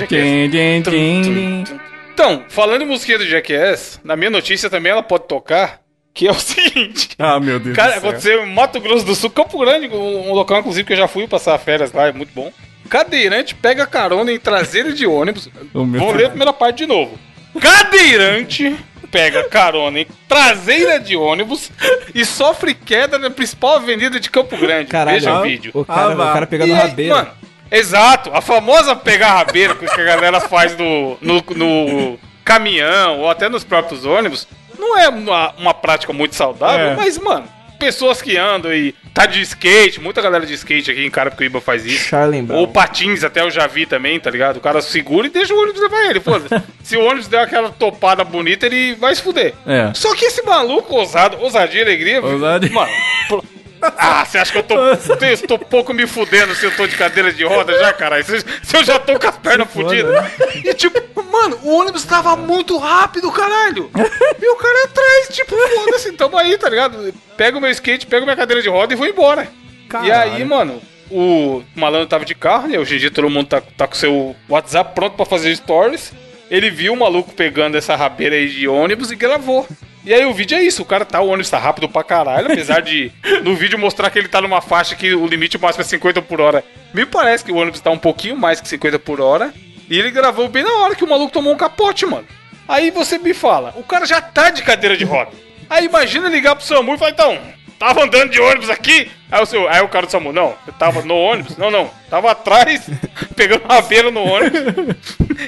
Speaker 4: Tim,
Speaker 3: Jackass.
Speaker 4: tim, tim,
Speaker 3: Tum, tum,
Speaker 4: tim.
Speaker 3: tum. Então, falando em musiquinha do Jackass, na minha notícia também ela pode tocar, que é o seguinte.
Speaker 4: Ah, meu Deus
Speaker 3: Cara,
Speaker 4: do céu.
Speaker 3: aconteceu em Mato Grosso do Sul, Campo Grande, um, um local, inclusive, que eu já fui passar férias lá, é muito bom. Cadeirante pega carona em traseira de ônibus.
Speaker 4: Oh, meu
Speaker 3: Vamos
Speaker 4: Deus.
Speaker 3: ler a primeira parte de novo. Cadeirante pega carona em traseira de ônibus e sofre queda na principal avenida de Campo Grande.
Speaker 1: Caralho,
Speaker 3: Veja
Speaker 1: ó,
Speaker 3: o vídeo.
Speaker 1: O cara,
Speaker 4: Ah,
Speaker 1: o
Speaker 4: vá.
Speaker 1: cara pegando
Speaker 3: E
Speaker 1: a
Speaker 3: aí,
Speaker 1: rabeira.
Speaker 3: mano, exato, a famosa pegar a rabeira que a galera faz no, no, no caminhão ou até nos próprios ônibus. Não é uma, uma prática muito saudável,
Speaker 4: É.
Speaker 3: mas, mano, pessoas que andam e tá de skate, muita galera de skate aqui em Carapicuíba faz isso.
Speaker 1: Charlen Brown.
Speaker 3: Ou patins, até eu já vi também, tá ligado? O cara segura e deixa o ônibus levar ele. Foda se o ônibus der aquela topada bonita, ele vai se fuder.
Speaker 4: É.
Speaker 3: Só que esse maluco, ousado, ousadia e alegria.
Speaker 4: Ousadia.
Speaker 3: Mano. pro- Ah, você acha que eu tô, eu tô pouco me fudendo se eu tô de cadeira de roda já, caralho? Se, se eu já tô com as pernas fudidas. E tipo, mano, o ônibus tava muito rápido, caralho. E o cara atrás, tipo, foda-se, tamo aí, tá ligado? Pego meu skate, pego minha cadeira de roda e vou embora. E aí, mano, o malandro tava de carro, né? Hoje em dia todo mundo tá, tá com seu WhatsApp pronto pra fazer stories. Ele viu o maluco pegando essa rabeira aí de ônibus e gravou. E aí o vídeo é isso, o cara tá, o ônibus tá rápido pra caralho, apesar de no vídeo mostrar que ele tá numa faixa que o limite máximo é 50 por hora. Me parece que o ônibus tá um pouquinho mais que 50 por hora. E ele gravou bem na hora que o maluco tomou um capote, mano. Aí você me fala, o cara já tá de cadeira de roda. Aí imagina ligar pro SAMU e falar, então, Tava andando de ônibus aqui? Aí o, seu, aí o cara do SAMU, não, eu tava no ônibus? Não, não, tava atrás, pegando rabeira no ônibus.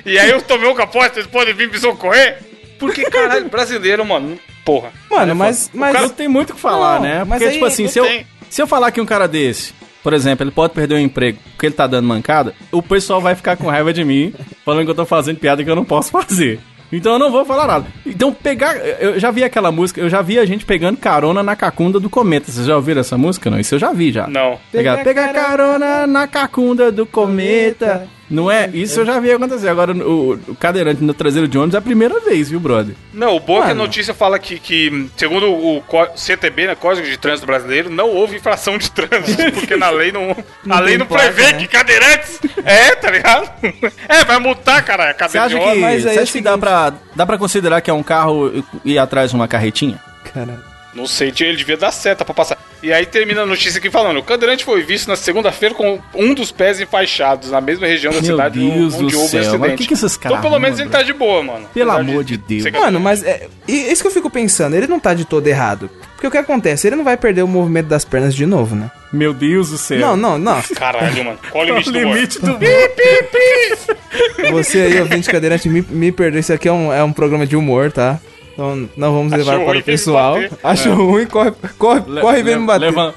Speaker 3: E aí eu tomei um capote, vocês podem vir me socorrer? Porque, caralho, brasileiro, mano, porra.
Speaker 1: Mano, mas. mas
Speaker 4: Mas não tem muito o que falar,
Speaker 1: Não,
Speaker 4: né? Porque,
Speaker 1: mas aí
Speaker 4: tipo assim,
Speaker 3: não
Speaker 4: se eu,
Speaker 3: tem.
Speaker 4: se eu falar que um cara desse, por exemplo, ele pode perder o emprego porque ele tá dando mancada, o pessoal vai ficar com raiva de mim, falando que eu tô fazendo piada que eu não posso fazer. Então eu não vou falar nada. Então pegar. Eu já vi aquela música, eu já vi a gente pegando carona na cacunda do cometa. Vocês já ouviram essa música? Não, isso eu já vi já.
Speaker 3: Não.
Speaker 4: Pegar, pegar carona na cacunda do cometa. Não é? Isso eu já vi acontecer. Agora, o, o cadeirante no traseiro de ônibus é a primeira vez, viu, brother?
Speaker 3: Não, o bom é que a notícia fala que, que segundo o có- CTB, né, Código de Trânsito Brasileiro, não houve infração de trânsito, porque na lei não, a lei
Speaker 1: tem
Speaker 3: não
Speaker 1: placa,
Speaker 3: prevê
Speaker 1: né?
Speaker 3: que cadeirantes... É, tá ligado? É, vai multar, cara, a
Speaker 4: Você
Speaker 3: cadeira de
Speaker 4: acha
Speaker 3: roda.
Speaker 4: que,
Speaker 1: mas aí
Speaker 4: você acha
Speaker 1: é o
Speaker 4: que dá,
Speaker 1: seguinte-
Speaker 4: pra, dá pra considerar que é um carro e e atrás de uma carretinha?
Speaker 1: Caralho.
Speaker 3: Não sei, tio, ele devia dar seta pra passar. E aí termina a notícia aqui falando: o cadeirante foi visto na segunda-feira com um dos pés enfaixados na mesma região da
Speaker 4: Meu
Speaker 3: cidade
Speaker 4: Deus do céu, mas que que esses caras
Speaker 3: Então pelo menos ele
Speaker 4: arrumam,
Speaker 3: tá de boa, mano.
Speaker 4: Pelo
Speaker 3: Apesar
Speaker 4: amor de Deus.
Speaker 3: ser
Speaker 1: Mano, mas é, e- isso que eu fico pensando, ele não tá de todo errado. Porque o que acontece? Ele não vai perder o movimento das pernas de novo, né?
Speaker 4: Meu Deus do céu.
Speaker 1: Não, é não, não.
Speaker 3: Caralho, mano. Qual o limite do
Speaker 4: limite do
Speaker 1: Você aí, ouvinte cadeirante, me, me perdoe. Isso aqui é um, é um programa de humor, tá? Então não vamos levar
Speaker 3: ruim,
Speaker 1: para
Speaker 3: vem me
Speaker 1: o pessoal.
Speaker 3: bater.
Speaker 1: Acho ruim, corre, corre,
Speaker 4: Le-
Speaker 1: corre e vem
Speaker 4: le-
Speaker 1: me bater.
Speaker 4: levan-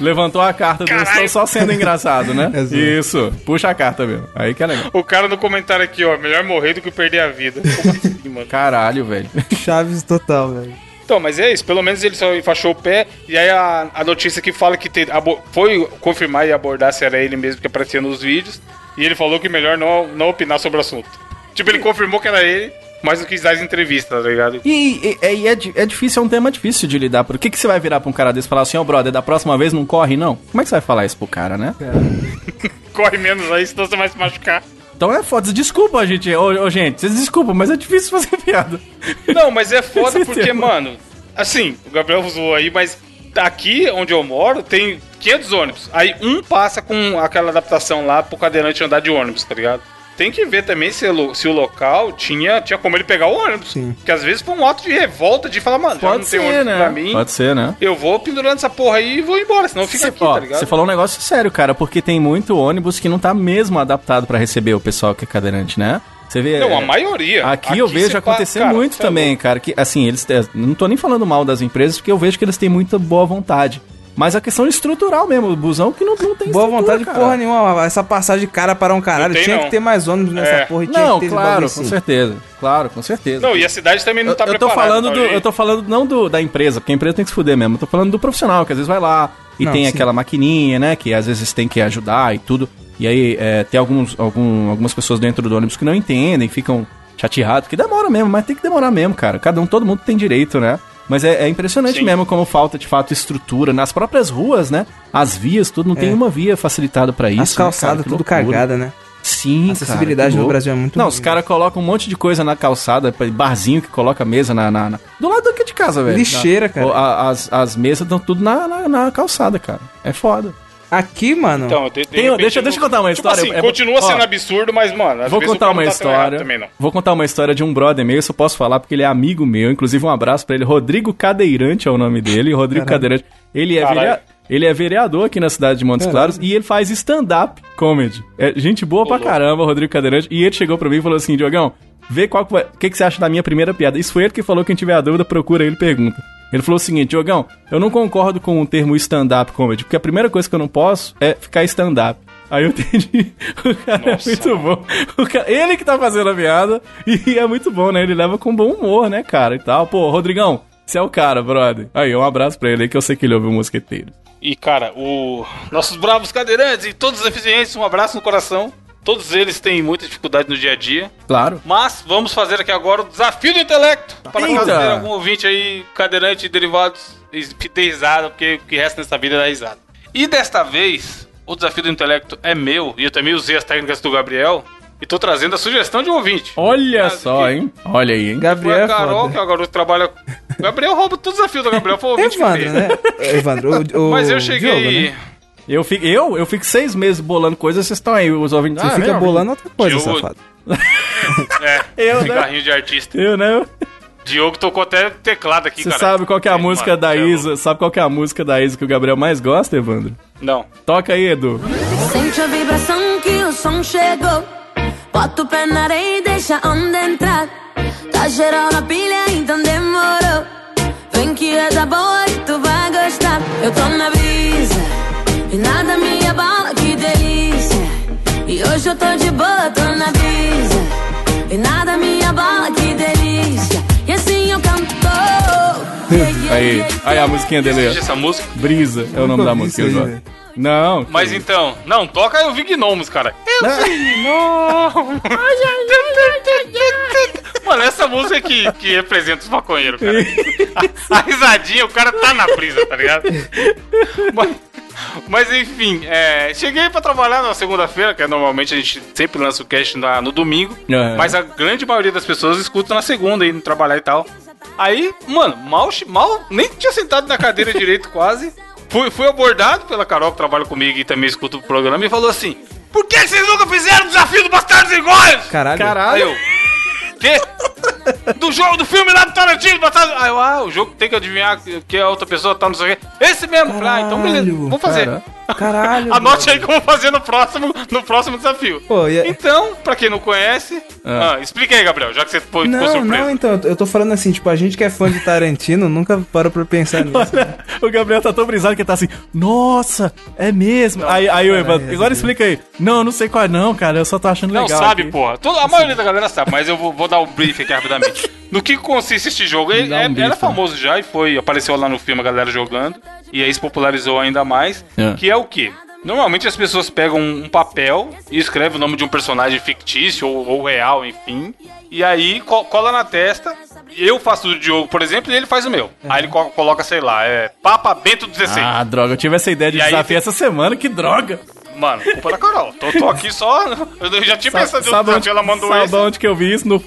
Speaker 4: levantou a carta, do
Speaker 3: Caralho.
Speaker 4: estou só sendo engraçado, né?
Speaker 1: Exato.
Speaker 4: Isso, puxa a carta mesmo. Aí que é legal.
Speaker 3: O cara no comentário aqui, ó, melhor morrer do que perder a vida. Como assim, mano?
Speaker 4: Caralho, velho.
Speaker 1: Chaves total, velho.
Speaker 3: Então, mas é isso, pelo menos ele só enfaixou o pé, e aí a, a notícia que fala que te- abo- foi confirmar e abordar se era ele mesmo que aparecia nos vídeos, e ele falou que melhor não, não opinar sobre o assunto. Tipo, ele confirmou que era ele, mas não quis dar as entrevistas, tá ligado?
Speaker 4: E, e- e- e é, di- é difícil, é um tema difícil de lidar. Por que, que você vai virar pra um cara desse e falar assim, ó, brother, da próxima vez não corre, não? Como é que você vai falar isso pro cara, né?
Speaker 1: É.
Speaker 3: Corre menos aí, senão você vai se machucar.
Speaker 4: Então é foda. Desculpa, gente. Ô, ô, gente, vocês desculpam, mas é difícil fazer piada.
Speaker 3: Não, mas é foda
Speaker 4: Esse
Speaker 3: porque,
Speaker 4: tema.
Speaker 3: mano, assim, o Gabriel zoou aí, mas aqui onde eu moro tem 500 ônibus. Aí um passa com aquela adaptação lá pro cadeirante andar de ônibus, tá ligado? Tem que ver também se, lo- se o local tinha, tinha como ele pegar o ônibus.
Speaker 1: Sim.
Speaker 3: Porque às vezes foi um ato de revolta de falar, mano, já não
Speaker 4: Pode
Speaker 3: tem ônibus
Speaker 4: ser, né?
Speaker 3: pra mim.
Speaker 4: Pode ser, né?
Speaker 3: Eu vou pendurando essa porra aí e vou embora, senão fica
Speaker 4: Cê-
Speaker 3: aqui,
Speaker 4: ó,
Speaker 3: tá ligado?
Speaker 4: Você falou um negócio sério, cara, porque tem muito ônibus que não tá mesmo adaptado pra receber o pessoal que é cadeirante, né? Você vê.
Speaker 3: Não, a
Speaker 4: é,
Speaker 3: maioria.
Speaker 4: Aqui, eu
Speaker 3: você
Speaker 4: vejo acontecer
Speaker 3: pa- cara,
Speaker 4: muito
Speaker 3: tá
Speaker 4: também, cara, que assim, eles é, não tô nem falando mal das empresas, porque eu vejo que eles têm muita boa vontade. Mas a questão estrutural mesmo, o busão que não, não tem
Speaker 1: Boa
Speaker 4: estrutura,
Speaker 1: vontade
Speaker 4: cara.
Speaker 1: porra nenhuma. Essa passagem de cara para um caralho.
Speaker 3: Não tem,
Speaker 1: tinha
Speaker 3: não.
Speaker 1: que ter mais ônibus nessa
Speaker 3: É.
Speaker 1: porra. e Tinha
Speaker 4: Não,
Speaker 1: que ter esse
Speaker 4: claro,
Speaker 1: bagulho
Speaker 4: com
Speaker 1: assim.
Speaker 4: certeza. Claro, com certeza.
Speaker 3: Não, e a cidade também não
Speaker 4: Eu-
Speaker 3: tá
Speaker 4: eu tô
Speaker 3: preparada.
Speaker 4: falando do,
Speaker 3: pra isso.
Speaker 4: eu tô falando não do da empresa, porque a empresa tem que se fuder mesmo. Eu tô falando do profissional, que às vezes vai lá e
Speaker 1: Não,
Speaker 4: tem
Speaker 1: sim.
Speaker 4: aquela maquininha, né? Que às vezes tem que ajudar e tudo. E aí é, tem alguns, algum- algumas pessoas dentro do ônibus que não entendem, ficam chateados, que demora mesmo, mas tem que demorar mesmo, cara. Cada um, todo mundo tem direito, né? Mas é, é impressionante
Speaker 3: Sim.
Speaker 4: mesmo como falta de fato estrutura nas próprias ruas, né? As vias, tudo, não tem uma via facilitada pra isso.
Speaker 1: É. As calçadas
Speaker 4: né, cara? Que
Speaker 1: tudo
Speaker 4: loucura.
Speaker 1: cagadas, né?
Speaker 4: Sim,
Speaker 1: A acessibilidade no
Speaker 4: cara, que louco.
Speaker 1: Brasil é muito
Speaker 4: Não,
Speaker 1: ruim.
Speaker 4: os caras colocam um monte de coisa na calçada, barzinho que coloca mesa na, na- na- Do lado daqui de casa, velho.
Speaker 1: Lixeira,
Speaker 4: Na-
Speaker 1: cara.
Speaker 4: o- a- as, as mesas estão tudo na, na, na calçada, cara. É foda.
Speaker 1: Aqui, mano.
Speaker 3: Então, de, de
Speaker 4: Tem- um-
Speaker 3: repente
Speaker 4: deixa-
Speaker 3: não-
Speaker 4: deixa eu contar uma
Speaker 3: Tipo
Speaker 4: história.
Speaker 3: assim,
Speaker 4: É-
Speaker 3: continua
Speaker 4: ó,
Speaker 3: sendo absurdo, mas, mano. às
Speaker 4: Vou
Speaker 3: vezes o
Speaker 4: contar
Speaker 3: cara
Speaker 4: uma
Speaker 3: não tá tão errado
Speaker 4: história.
Speaker 3: Também não.
Speaker 4: Vou contar uma história de um brother meu, isso eu posso falar porque ele é amigo meu, inclusive um abraço pra ele, Rodrigo Cadeirante é o nome dele, Rodrigo Cadeirante. Ele é,
Speaker 3: Caralho.
Speaker 4: verea- ele é vereador aqui na cidade de Montes Claros e ele faz stand-up comedy. É gente boa pra caramba, Rodrigo Cadeirante. E ele chegou pra mim e falou assim: Diogão, vê qual que vai- o que, que você acha da minha primeira piada. Isso foi ele que falou, quem tiver a dúvida, procura ele e pergunta. Ele falou o seguinte, Diogão, eu não concordo com o termo stand-up comedy, porque a primeira coisa que eu não posso é ficar stand-up. Aí eu entendi. O cara
Speaker 3: Nossa.
Speaker 4: é muito bom. O cara- ele que tá fazendo a piada e é muito bom, né? Ele leva com bom humor, né, cara? E tal. Pô, Rodrigão, você é o cara, brother. Aí, um abraço pra ele aí que eu sei que ele ouve o mosqueteiro.
Speaker 3: E, cara, o... nossos bravos cadeirantes e todos os eficientes, um abraço no coração. Todos eles têm muita dificuldade no dia a dia.
Speaker 4: Claro.
Speaker 3: Mas vamos fazer aqui agora o desafio do intelecto. Para
Speaker 4: Eita!
Speaker 3: caso tenha algum ouvinte aí, cadeirante e derivados, que dê risada, porque o que resta nessa vida é dar risada. E desta vez, o desafio do intelecto é meu, e eu também usei as técnicas do Gabriel, e tô trazendo a sugestão de um ouvinte.
Speaker 4: Olha
Speaker 3: Mas
Speaker 4: só,
Speaker 3: que-
Speaker 4: hein? Olha aí, hein?
Speaker 1: Gabriel
Speaker 3: Foi
Speaker 1: é
Speaker 3: a Carol,
Speaker 1: foda.
Speaker 3: que agora trabalha. O Gabriel rouba todo o desafio do Gabriel, foi o ouvinte que
Speaker 1: Evandro,
Speaker 3: fez.
Speaker 1: né? Evandro, o, o
Speaker 3: Mas eu cheguei.
Speaker 1: Diogo, né?
Speaker 4: Eu fico, eu, eu fico seis meses bolando coisas, vocês estão aí, os ouvintes.
Speaker 1: Você
Speaker 4: Ah,
Speaker 1: fica
Speaker 4: vem,
Speaker 1: bolando outra coisa,
Speaker 3: Diogo.
Speaker 1: safado.
Speaker 3: É,
Speaker 4: Eu, né?
Speaker 3: cigarrinho de artista.
Speaker 4: Eu, né?
Speaker 3: Diogo tocou até teclado aqui,
Speaker 4: Você
Speaker 3: cara.
Speaker 4: sabe qual que é a música
Speaker 3: mano,
Speaker 4: da
Speaker 3: é louco.
Speaker 4: Isa? Sabe qual que é a música da Isa que o Gabriel mais gosta, Evandro?
Speaker 3: Não.
Speaker 4: Toca aí, Edu.
Speaker 7: Sente a vibração que o som chegou. Bota o pé na areia e deixa a onda entrar. Tá geral na pilha, então demorou. Vem que é da boa e tu vai gostar. Eu tô na brisa e nada me abala, que delícia. E hoje eu tô de boa, tô na brisa e nada me abala, que delícia. E assim eu canto.
Speaker 4: Aí, aí a musiquinha dele. ó.
Speaker 3: Existe essa música.
Speaker 4: Brisa é o nome
Speaker 1: Nunca
Speaker 4: da
Speaker 1: vi
Speaker 4: música.
Speaker 1: isso aí,
Speaker 4: agora.
Speaker 1: velho.
Speaker 4: Não.
Speaker 3: Mas então, não, toca eu vi gnomos, cara. Eu vi gnomos. Mano, essa música que, que representa os maconheiros, cara. A, a risadinha, o cara tá na brisa, tá ligado? Mas, mas, enfim, é, cheguei pra trabalhar na segunda-feira, que é normalmente a gente sempre lança o cast na- no domingo.
Speaker 4: É.
Speaker 3: Mas a grande maioria das pessoas escuta na segunda, indo trabalhar e tal. Aí, mano, mal, che- mal nem tinha sentado na cadeira direito quase. Fui, fui abordado pela Carol, que trabalha comigo e também escuta o programa, e falou assim: Por que vocês nunca fizeram o desafio do Bastardos Iguais?
Speaker 1: Caralho.
Speaker 3: Aí
Speaker 4: Caralho.
Speaker 3: eu. Quê? Do jogo, do filme lá do Tarantino, Bastardos. Aí eu, ah, o jogo tem que adivinhar que a outra pessoa tá, não sei o quê. Esse mesmo. Falei, Ah, então beleza, vou fazer.
Speaker 1: cara- Caralho.
Speaker 3: Anote aí que eu vou fazer no próximo, no próximo desafio.
Speaker 1: Pô, e-
Speaker 3: Então, pra quem não conhece,
Speaker 4: Ah.
Speaker 3: ah, explica aí, Gabriel, já que você foi, ficou
Speaker 1: Não, não,
Speaker 3: surpreso.
Speaker 1: então, eu tô falando assim, tipo, a gente que é fã de Tarantino nunca parou pra pensar nisso.
Speaker 4: O Gabriel tá tão brisado que tá assim, nossa, é mesmo. aí, aí
Speaker 3: é
Speaker 4: o Evandro, agora explica aí. Não, não sei qual é não, cara, eu só tô achando
Speaker 3: Não
Speaker 4: legal.
Speaker 3: sabe,
Speaker 4: aqui.
Speaker 3: porra. Toda- a maioria da galera sabe, mas eu vou, vou dar um brief aqui rapidamente. No que consiste este jogo? Ele
Speaker 4: Dá um
Speaker 3: é-
Speaker 4: brief,
Speaker 3: era
Speaker 4: né?
Speaker 3: famoso já e foi, apareceu lá no filme a galera jogando. E aí se popularizou ainda mais.
Speaker 4: É.
Speaker 3: Que é o quê? Normalmente as pessoas pegam um papel e escrevem o nome de um personagem fictício ou, ou real, enfim. E aí co- cola na testa. Eu faço o Diogo, por exemplo, e ele faz o meu. Aí ele co- coloca, sei lá, é Papa Bento XVI.
Speaker 4: É. Ah, droga, eu tive essa ideia de
Speaker 3: E aí
Speaker 4: desafio
Speaker 3: tem-
Speaker 4: essa semana, que droga.
Speaker 3: Mano, culpa da Carol. Tô, tô aqui só. Eu já tinha pensado em outro
Speaker 4: onde,
Speaker 3: desafio, ela mandou
Speaker 4: sabe
Speaker 3: esse.
Speaker 4: onde que eu vi isso? No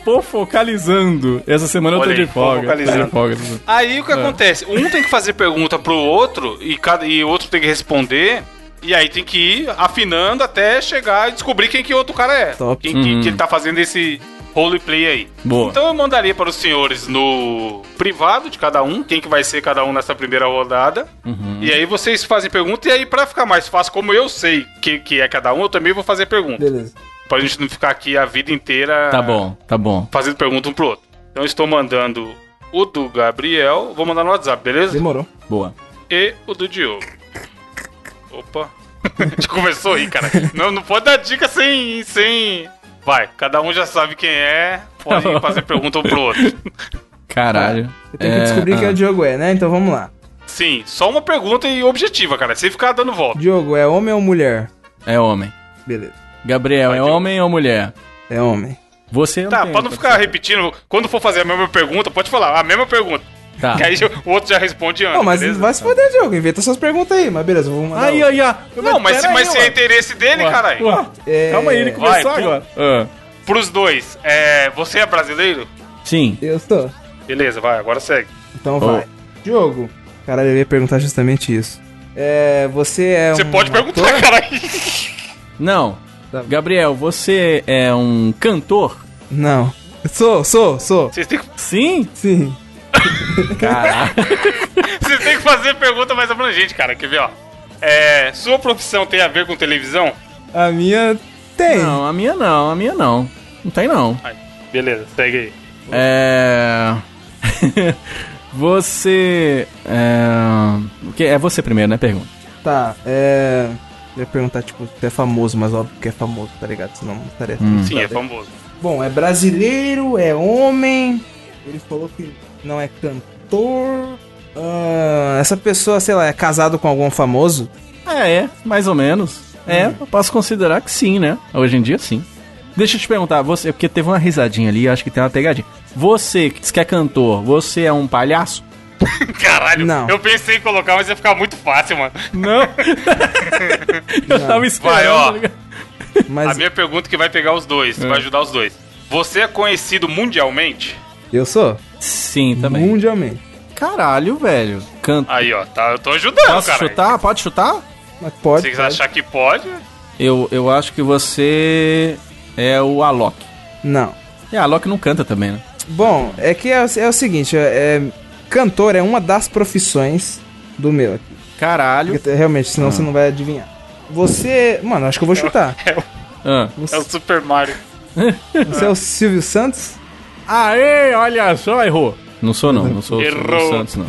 Speaker 4: Fofocalizando. Essa semana
Speaker 3: Olha
Speaker 4: eu tô
Speaker 3: aí,
Speaker 4: de folga. Tô
Speaker 3: Fofocalizando.
Speaker 4: de folga.
Speaker 3: Aí
Speaker 4: É.
Speaker 3: o que acontece? Um tem que fazer pergunta pro outro e cada e o outro tem que responder. E aí tem que ir afinando até chegar e descobrir quem que o outro cara é.
Speaker 1: Top.
Speaker 3: Quem que, que ele tá fazendo esse roleplay aí.
Speaker 4: Uhum. Boa.
Speaker 3: Então eu mandaria para os senhores no privado de cada um, quem que vai ser cada um nessa primeira rodada.
Speaker 4: Uhum.
Speaker 3: E aí vocês fazem pergunta e aí pra ficar mais fácil, como eu sei quem que é cada um, eu também vou fazer pergunta.
Speaker 1: Beleza.
Speaker 3: Pra gente não ficar aqui a vida inteira
Speaker 4: Tá bom, tá bom.
Speaker 3: fazendo pergunta um pro outro. Então eu estou mandando o do Gabriel, vou mandar no WhatsApp, beleza?
Speaker 1: Demorou.
Speaker 4: Boa.
Speaker 3: E o do Diogo. Opa. Já começou aí, cara. Não, não pode dar dica sem, sem... Vai, cada um já sabe quem é,
Speaker 4: Tá
Speaker 3: pode fazer pergunta um pro outro.
Speaker 4: Caralho.
Speaker 1: Eu tenho que descobrir
Speaker 4: ah.
Speaker 1: quem é o Diogo é, né? Então vamos lá.
Speaker 3: Sim, só uma pergunta e objetiva, cara, sem ficar dando volta.
Speaker 1: Diogo, é homem ou mulher?
Speaker 4: É homem.
Speaker 1: Beleza.
Speaker 4: Gabriel, é homem ou mulher?
Speaker 1: É homem.
Speaker 4: Você
Speaker 3: Tá,
Speaker 4: tem
Speaker 3: pra não
Speaker 4: essa-
Speaker 3: ficar repetindo, quando for fazer a mesma pergunta, pode falar a mesma pergunta.
Speaker 4: Tá.
Speaker 3: Que aí o outro já responde antes.
Speaker 1: Não, mas
Speaker 3: Ah, beleza?
Speaker 1: vai se foder, Diogo. Inventa suas perguntas aí. Mas beleza, eu vou mandar.
Speaker 4: Aí,
Speaker 1: outra.
Speaker 4: aí, ó.
Speaker 3: Não, mas, se,
Speaker 4: pera
Speaker 3: mas
Speaker 4: aí,
Speaker 3: se é
Speaker 4: ué.
Speaker 3: interesse dele, caralho.
Speaker 4: Ué,
Speaker 1: É,
Speaker 4: Calma aí, ele
Speaker 3: vai,
Speaker 4: começou
Speaker 3: pô.
Speaker 4: agora. Ah,
Speaker 3: Pros dois, é, você é brasileiro?
Speaker 4: Sim.
Speaker 1: É, Eu tô.
Speaker 3: Beleza, vai, agora segue.
Speaker 1: Então vai. Diogo. Caralho, eu ia perguntar justamente isso. É. Você é.
Speaker 3: Você
Speaker 1: um
Speaker 3: pode perguntar,
Speaker 1: ator?
Speaker 3: caralho.
Speaker 4: Não.
Speaker 1: Tá bom.
Speaker 4: Gabriel, você é um cantor?
Speaker 1: Não. Sou, sou, sou.
Speaker 3: Vocês têm, que,
Speaker 4: Sim?
Speaker 1: Sim.
Speaker 3: vocês têm que fazer pergunta mais abrangente, cara. Quer ver, ó? É, sua profissão tem a ver com televisão?
Speaker 1: A minha tem.
Speaker 4: Não, a minha não, a minha não. Não tem não.
Speaker 3: Aí, beleza, segue aí.
Speaker 4: É. você. É... o que- é você primeiro, né? Pergunta.
Speaker 1: Tá, é. Eu ia perguntar, tipo, se é famoso, mas óbvio que é famoso, tá ligado? Senão não estaria.
Speaker 3: Sim, é famoso.
Speaker 1: Bom, é brasileiro, é homem. Ele falou que não é cantor. Ah, essa pessoa, sei lá, é casado com algum famoso?
Speaker 4: É, é, mais ou menos. É, eu posso considerar que sim, né? Hoje em dia, sim. Deixa eu te perguntar, você, é porque teve uma risadinha ali, acho que tem uma pegadinha. Você que diz que é cantor, você é um palhaço?
Speaker 3: Caralho,
Speaker 1: Não.
Speaker 3: eu pensei em colocar, mas ia ficar muito fácil, mano.
Speaker 4: Não. eu tava esperando.
Speaker 3: Vai, ó.
Speaker 4: tá ligado?
Speaker 1: Mas É.
Speaker 3: A minha pergunta que vai pegar os dois, que vai ajudar os dois. Você é conhecido mundialmente?
Speaker 1: eu sou?
Speaker 4: Sim, também.
Speaker 1: Mundialmente.
Speaker 4: Caralho, velho. Cantor.
Speaker 3: Aí, ó, tá, eu tô ajudando,
Speaker 4: Posso
Speaker 3: cara.
Speaker 4: chutar? Pode chutar?
Speaker 1: Mas
Speaker 3: Se
Speaker 1: pode.
Speaker 3: você quiser
Speaker 1: pode.
Speaker 3: achar que pode,
Speaker 4: Eu, eu acho que você é o Alok.
Speaker 1: Não.
Speaker 4: E a Alok não canta também, né?
Speaker 1: Bom, é que é, o- é o seguinte, é, é- cantor é uma das profissões do meu.
Speaker 4: Caralho.
Speaker 1: Porque, Realmente, senão você não vai adivinhar. Você. Mano, acho que eu vou chutar.
Speaker 4: Ah.
Speaker 3: é o Super Mario.
Speaker 1: Você é o Silvio Santos?
Speaker 4: Aê, olha só, errou. Não sou não, não sou o
Speaker 3: Errou.
Speaker 4: Santos, não.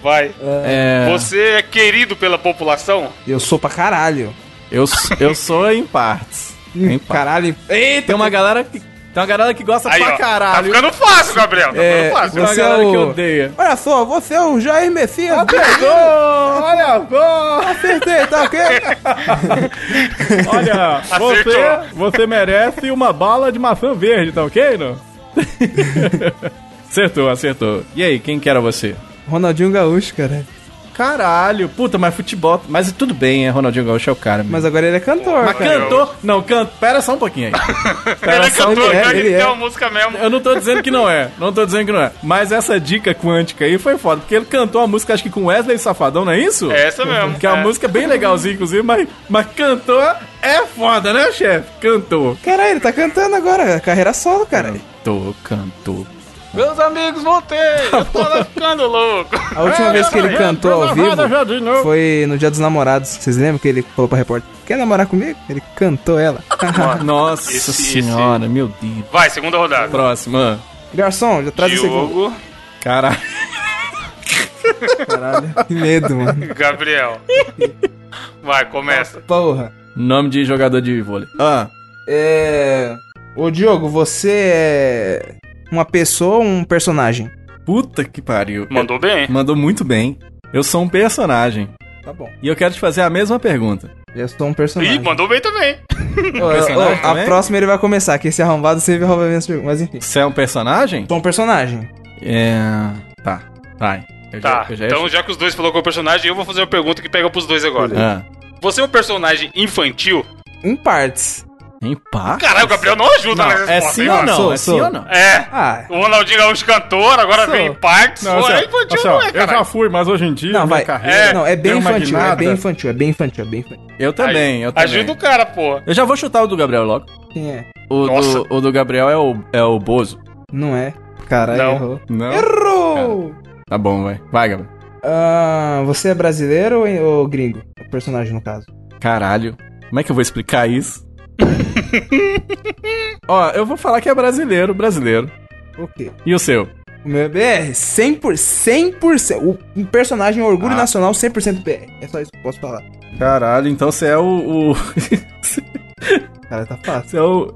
Speaker 3: Vai.
Speaker 4: É,
Speaker 3: Você é querido pela população?
Speaker 1: Eu sou pra caralho.
Speaker 4: eu, s- eu sou em partes. Em partes.
Speaker 1: Caralho. Eita,
Speaker 4: Tem uma galera que. Tem uma galera que gosta
Speaker 3: Aí,
Speaker 4: pra
Speaker 3: ó, tá
Speaker 4: caralho.
Speaker 3: ficando fácil, Gabriel. Tá
Speaker 1: É,
Speaker 3: ficando fácil.
Speaker 4: uma
Speaker 1: você é
Speaker 4: galera
Speaker 1: o...
Speaker 4: que odeia.
Speaker 1: Olha só, você é o Jair Messias.
Speaker 4: tá. Olha só!
Speaker 1: Acertei, tá ok?
Speaker 4: Olha,
Speaker 3: Acertou.
Speaker 4: você, você merece uma bala de maçã verde, tá ok, não? acertou, acertou. E aí, quem que era você?
Speaker 1: Ronaldinho Gaúcho, cara.
Speaker 4: Caralho, puta, mas futebol. Mas tudo bem, é Ronaldinho Gaúcho é o cara. Mesmo.
Speaker 1: Mas agora ele é cantor,
Speaker 4: Mas
Speaker 1: cara.
Speaker 4: cantor. Não, canto. Pera só um pouquinho aí. Pera
Speaker 3: Ele é
Speaker 4: só um
Speaker 3: cantor,
Speaker 4: pouquinho.
Speaker 1: é,
Speaker 3: pior que
Speaker 1: ele
Speaker 3: ele
Speaker 1: é.
Speaker 3: tem uma música mesmo.
Speaker 4: Eu não tô dizendo que não é. Não tô dizendo que não é. Mas essa dica quântica aí foi foda. Porque ele cantou a música, acho que com Wesley Safadão, não é isso?
Speaker 3: É essa mesmo.
Speaker 4: Que a
Speaker 3: é.
Speaker 4: música é bem legalzinha, inclusive, mas, mas cantor é foda, né, chefe? Cantor.
Speaker 1: Caralho, ele tá cantando agora. Carreira solo, cara.
Speaker 4: Cantor, cantor.
Speaker 3: Meus amigos, voltei. Eu tô lá ficando louco.
Speaker 1: A última vez que ele cantou ao vivo foi no Dia dos Namorados. Vocês lembram que ele falou pra repórter, quer namorar comigo? Ele cantou ela.
Speaker 4: Ah, Nossa
Speaker 3: Esse- esse-
Speaker 4: senhora, meu Deus. ah,
Speaker 3: Vai, segunda rodada.
Speaker 4: Próxima.
Speaker 1: Garçom, já traz o segundo.
Speaker 3: Diogo,
Speaker 4: Caralho.
Speaker 1: Caralho, que medo, mano.
Speaker 3: Gabriel. Vai, começa.
Speaker 1: Porra.
Speaker 4: Nome de jogador de vôlei. Ah.
Speaker 1: É... Ô, Diogo, você é uma pessoa ou um personagem?
Speaker 4: Puta que pariu.
Speaker 3: Mandou bem.
Speaker 4: Mandou muito bem. Eu sou um personagem.
Speaker 1: Tá bom.
Speaker 4: E eu quero te fazer a mesma pergunta.
Speaker 1: Já sou um
Speaker 3: Ih,
Speaker 1: personagem.
Speaker 3: mandou bem também.
Speaker 1: Ô, ô,
Speaker 4: personagem
Speaker 1: a
Speaker 4: também?
Speaker 1: próxima ele vai começar, que esse arrombado sempre rouba minhas perguntas. Mas enfim.
Speaker 4: Você é um personagem?
Speaker 1: Sou um personagem.
Speaker 4: É. Tá. Vai. Eu
Speaker 3: Tá,
Speaker 4: eu
Speaker 3: então já que os dois falou que é o personagem, eu vou fazer uma pergunta que pega pros dois agora.
Speaker 4: Ah,
Speaker 3: Você é um personagem infantil?
Speaker 1: Em partes.
Speaker 4: em pá?
Speaker 3: Caralho, o Gabriel não ajuda na
Speaker 4: é
Speaker 3: resposta,
Speaker 4: sim
Speaker 3: hein,
Speaker 4: ou
Speaker 3: mano?
Speaker 4: não?
Speaker 1: Sou,
Speaker 4: é
Speaker 1: sou.
Speaker 4: sim ou não?
Speaker 3: É.
Speaker 1: Ah.
Speaker 3: O Ronaldinho Gaúcho cantor, agora
Speaker 1: Sou.
Speaker 3: vem em partes. Não, é infantil, não é, cara.
Speaker 4: fui, mas hoje em dia.
Speaker 1: Não, vai.
Speaker 3: É,
Speaker 1: não, é
Speaker 4: deu
Speaker 1: bem
Speaker 4: uma
Speaker 1: infantil, é
Speaker 4: guinada.
Speaker 1: bem infantil, é bem infantil, é bem infantil.
Speaker 4: Eu também, eu também.
Speaker 3: Ajuda o cara, pô.
Speaker 4: Eu já vou chutar o do Gabriel logo.
Speaker 1: Quem é?
Speaker 4: O,
Speaker 3: Nossa.
Speaker 4: do, o do Gabriel é o, é o Bozo.
Speaker 1: Não é. Caralho,
Speaker 3: Não.
Speaker 1: errou.
Speaker 4: Não.
Speaker 1: Errou!
Speaker 4: Tá bom, vai. Vai, Gabriel.
Speaker 1: Ah, você é brasileiro ou- ou gringo? É Personagem, no caso.
Speaker 4: Caralho. Como é que eu vou explicar isso? Ó, eu vou falar que é brasileiro, brasileiro.
Speaker 1: Ok.
Speaker 4: E o seu?
Speaker 1: O meu é BR, 100%, 100%. O um personagem Orgulho
Speaker 4: Ah.
Speaker 1: Nacional, 100% BR. É só isso que eu posso falar.
Speaker 4: Caralho, então você é o. o-
Speaker 1: Cara, tá fácil.
Speaker 4: você é o.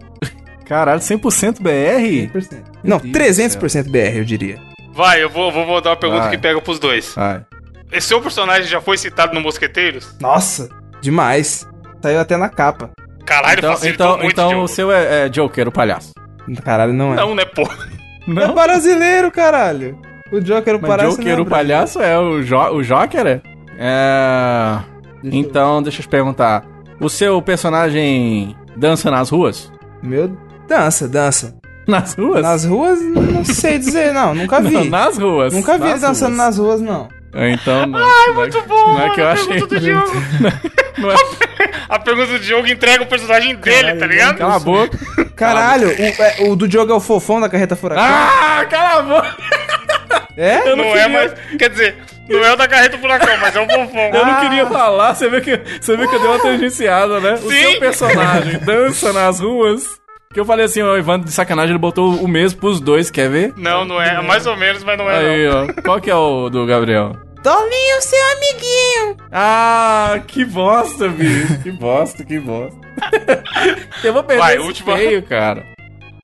Speaker 4: Caralho, 100% BR?
Speaker 1: 100%. Não,
Speaker 4: Deus
Speaker 1: 300% BR, eu diria.
Speaker 3: Vai, eu vou, vou dar uma pergunta
Speaker 4: Vai.
Speaker 3: que pega pros dois.
Speaker 4: Ai.
Speaker 3: Esse seu personagem já foi citado no Mosqueteiros?
Speaker 1: Nossa, demais. Saiu até na capa.
Speaker 3: Caralho,
Speaker 4: Então,
Speaker 3: facilitou
Speaker 4: então,
Speaker 3: muito,
Speaker 4: então
Speaker 3: Diogo.
Speaker 4: o seu é, é Joker, o palhaço.
Speaker 1: Caralho, não é.
Speaker 3: Não, né, pô?
Speaker 1: É brasileiro, caralho. O Joker, o
Speaker 4: Mas
Speaker 1: parece
Speaker 4: Joker, o
Speaker 1: lembra.
Speaker 4: palhaço, é o, jo o Joker? É. é... então, deixa eu te perguntar. O seu personagem dança nas ruas?
Speaker 1: Meu, dança, dança.
Speaker 4: Nas ruas?
Speaker 1: Nas ruas, não sei dizer, não. Nunca vi.
Speaker 4: Não, nas ruas.
Speaker 1: Nunca vi ele dançando nas ruas, não.
Speaker 4: ruas. Então, não. Ai, muito
Speaker 3: bom,
Speaker 4: Não é que eu
Speaker 3: mano, a
Speaker 4: achei.
Speaker 3: pergunta do Diogo.
Speaker 4: Não é-
Speaker 3: A pergunta do Diogo entrega o personagem dele, tá ligado?
Speaker 4: Cala a boca.
Speaker 1: Caralho, o, é, o do Diogo é o fofão da carreta furacão.
Speaker 4: Ah, cala a boca.
Speaker 1: é?
Speaker 4: eu
Speaker 3: não
Speaker 4: não
Speaker 3: é
Speaker 4: queria-
Speaker 3: mais. Quer dizer, não é o da carreta do furacão, mas é o fofão.
Speaker 4: Eu não queria falar, você viu que, você viu que eu dei uma tangenciada, né? O
Speaker 3: Sim.
Speaker 4: seu personagem dança nas ruas. Que eu falei assim, ó, o Evandro de sacanagem, ele botou o mesmo pros dois, quer ver?
Speaker 3: Não, não é. Mais ou menos, mas não é.
Speaker 4: Aí, ó. Qual que é o do Gabriel?
Speaker 1: Dolinho, seu amiguinho.
Speaker 4: Ah, que bosta, bicho. Que bosta, que bosta. Eu vou perder
Speaker 3: Vai,
Speaker 4: esse
Speaker 3: última-
Speaker 4: feio, cara.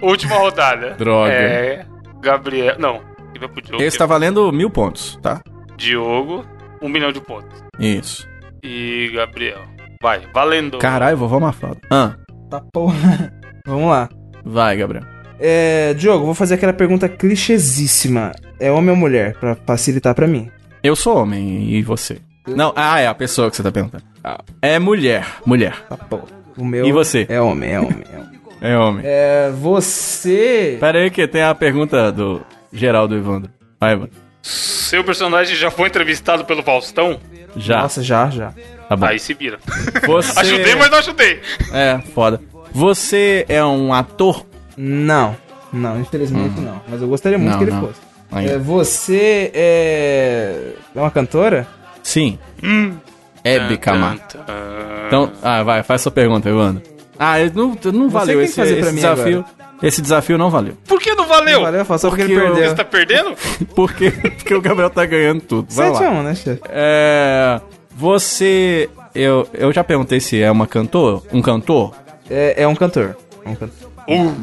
Speaker 3: não. Última rodada.
Speaker 4: Droga.
Speaker 3: É. Gabriel. Não. Ele vai pro Diogo.
Speaker 4: Esse tá valendo mil pontos, tá?
Speaker 3: Diogo, um milhão de pontos.
Speaker 4: Isso.
Speaker 3: E Gabriel. Vai, valendo.
Speaker 4: Caralho, vovó Mafalda. Ah,
Speaker 1: Tá porra. Vamos lá.
Speaker 4: vai, Gabriel.
Speaker 1: É, Diogo, vou fazer aquela pergunta clichêsíssima. É homem ou mulher? Pra facilitar pra mim.
Speaker 4: Eu sou homem e você? Não, ah, é a pessoa que você tá perguntando. Ah, É mulher, mulher.
Speaker 1: Tá porra. O meu
Speaker 4: E você?
Speaker 1: é homem, é homem, é homem.
Speaker 4: É homem.
Speaker 1: É, você...
Speaker 4: Pera aí que tem a pergunta do Geraldo Evandro. Vai, Evandro.
Speaker 3: Seu personagem já foi entrevistado pelo Faustão?
Speaker 4: Já,
Speaker 1: Nossa, já, já.
Speaker 4: tá bom.
Speaker 3: Aí se vira.
Speaker 4: Você...
Speaker 3: Ajudei, mas não ajudei.
Speaker 4: É, foda. Você é um ator?
Speaker 1: Não. Não, infelizmente não. Mas eu gostaria muito
Speaker 4: Hum. Não,
Speaker 1: que ele
Speaker 4: não.
Speaker 1: fosse.
Speaker 4: Ainda.
Speaker 1: É, você é... É uma cantora?
Speaker 4: Sim.
Speaker 1: Hum.
Speaker 4: É bicamar.
Speaker 1: é.
Speaker 3: Ah,
Speaker 4: Então, ah, vai, faz sua pergunta, Evandro. Ah, eu não, eu não valeu
Speaker 1: tem que
Speaker 4: esse,
Speaker 1: fazer pra
Speaker 4: esse
Speaker 1: mim
Speaker 4: desafio. Esse desafio não valeu.
Speaker 3: Por que não valeu?
Speaker 1: Valeu, só porque,
Speaker 4: Porque
Speaker 1: ele
Speaker 4: eu-
Speaker 1: perdeu.
Speaker 3: Você tá perdendo?
Speaker 4: Por quê? Porque o Gabriel tá ganhando tudo. Vai
Speaker 1: 7 a
Speaker 4: lá.
Speaker 1: 1, né, chefe?
Speaker 4: É. Você. Eu, eu já perguntei se é uma cantor, um cantor.
Speaker 1: É, é um cantor. É um cantor.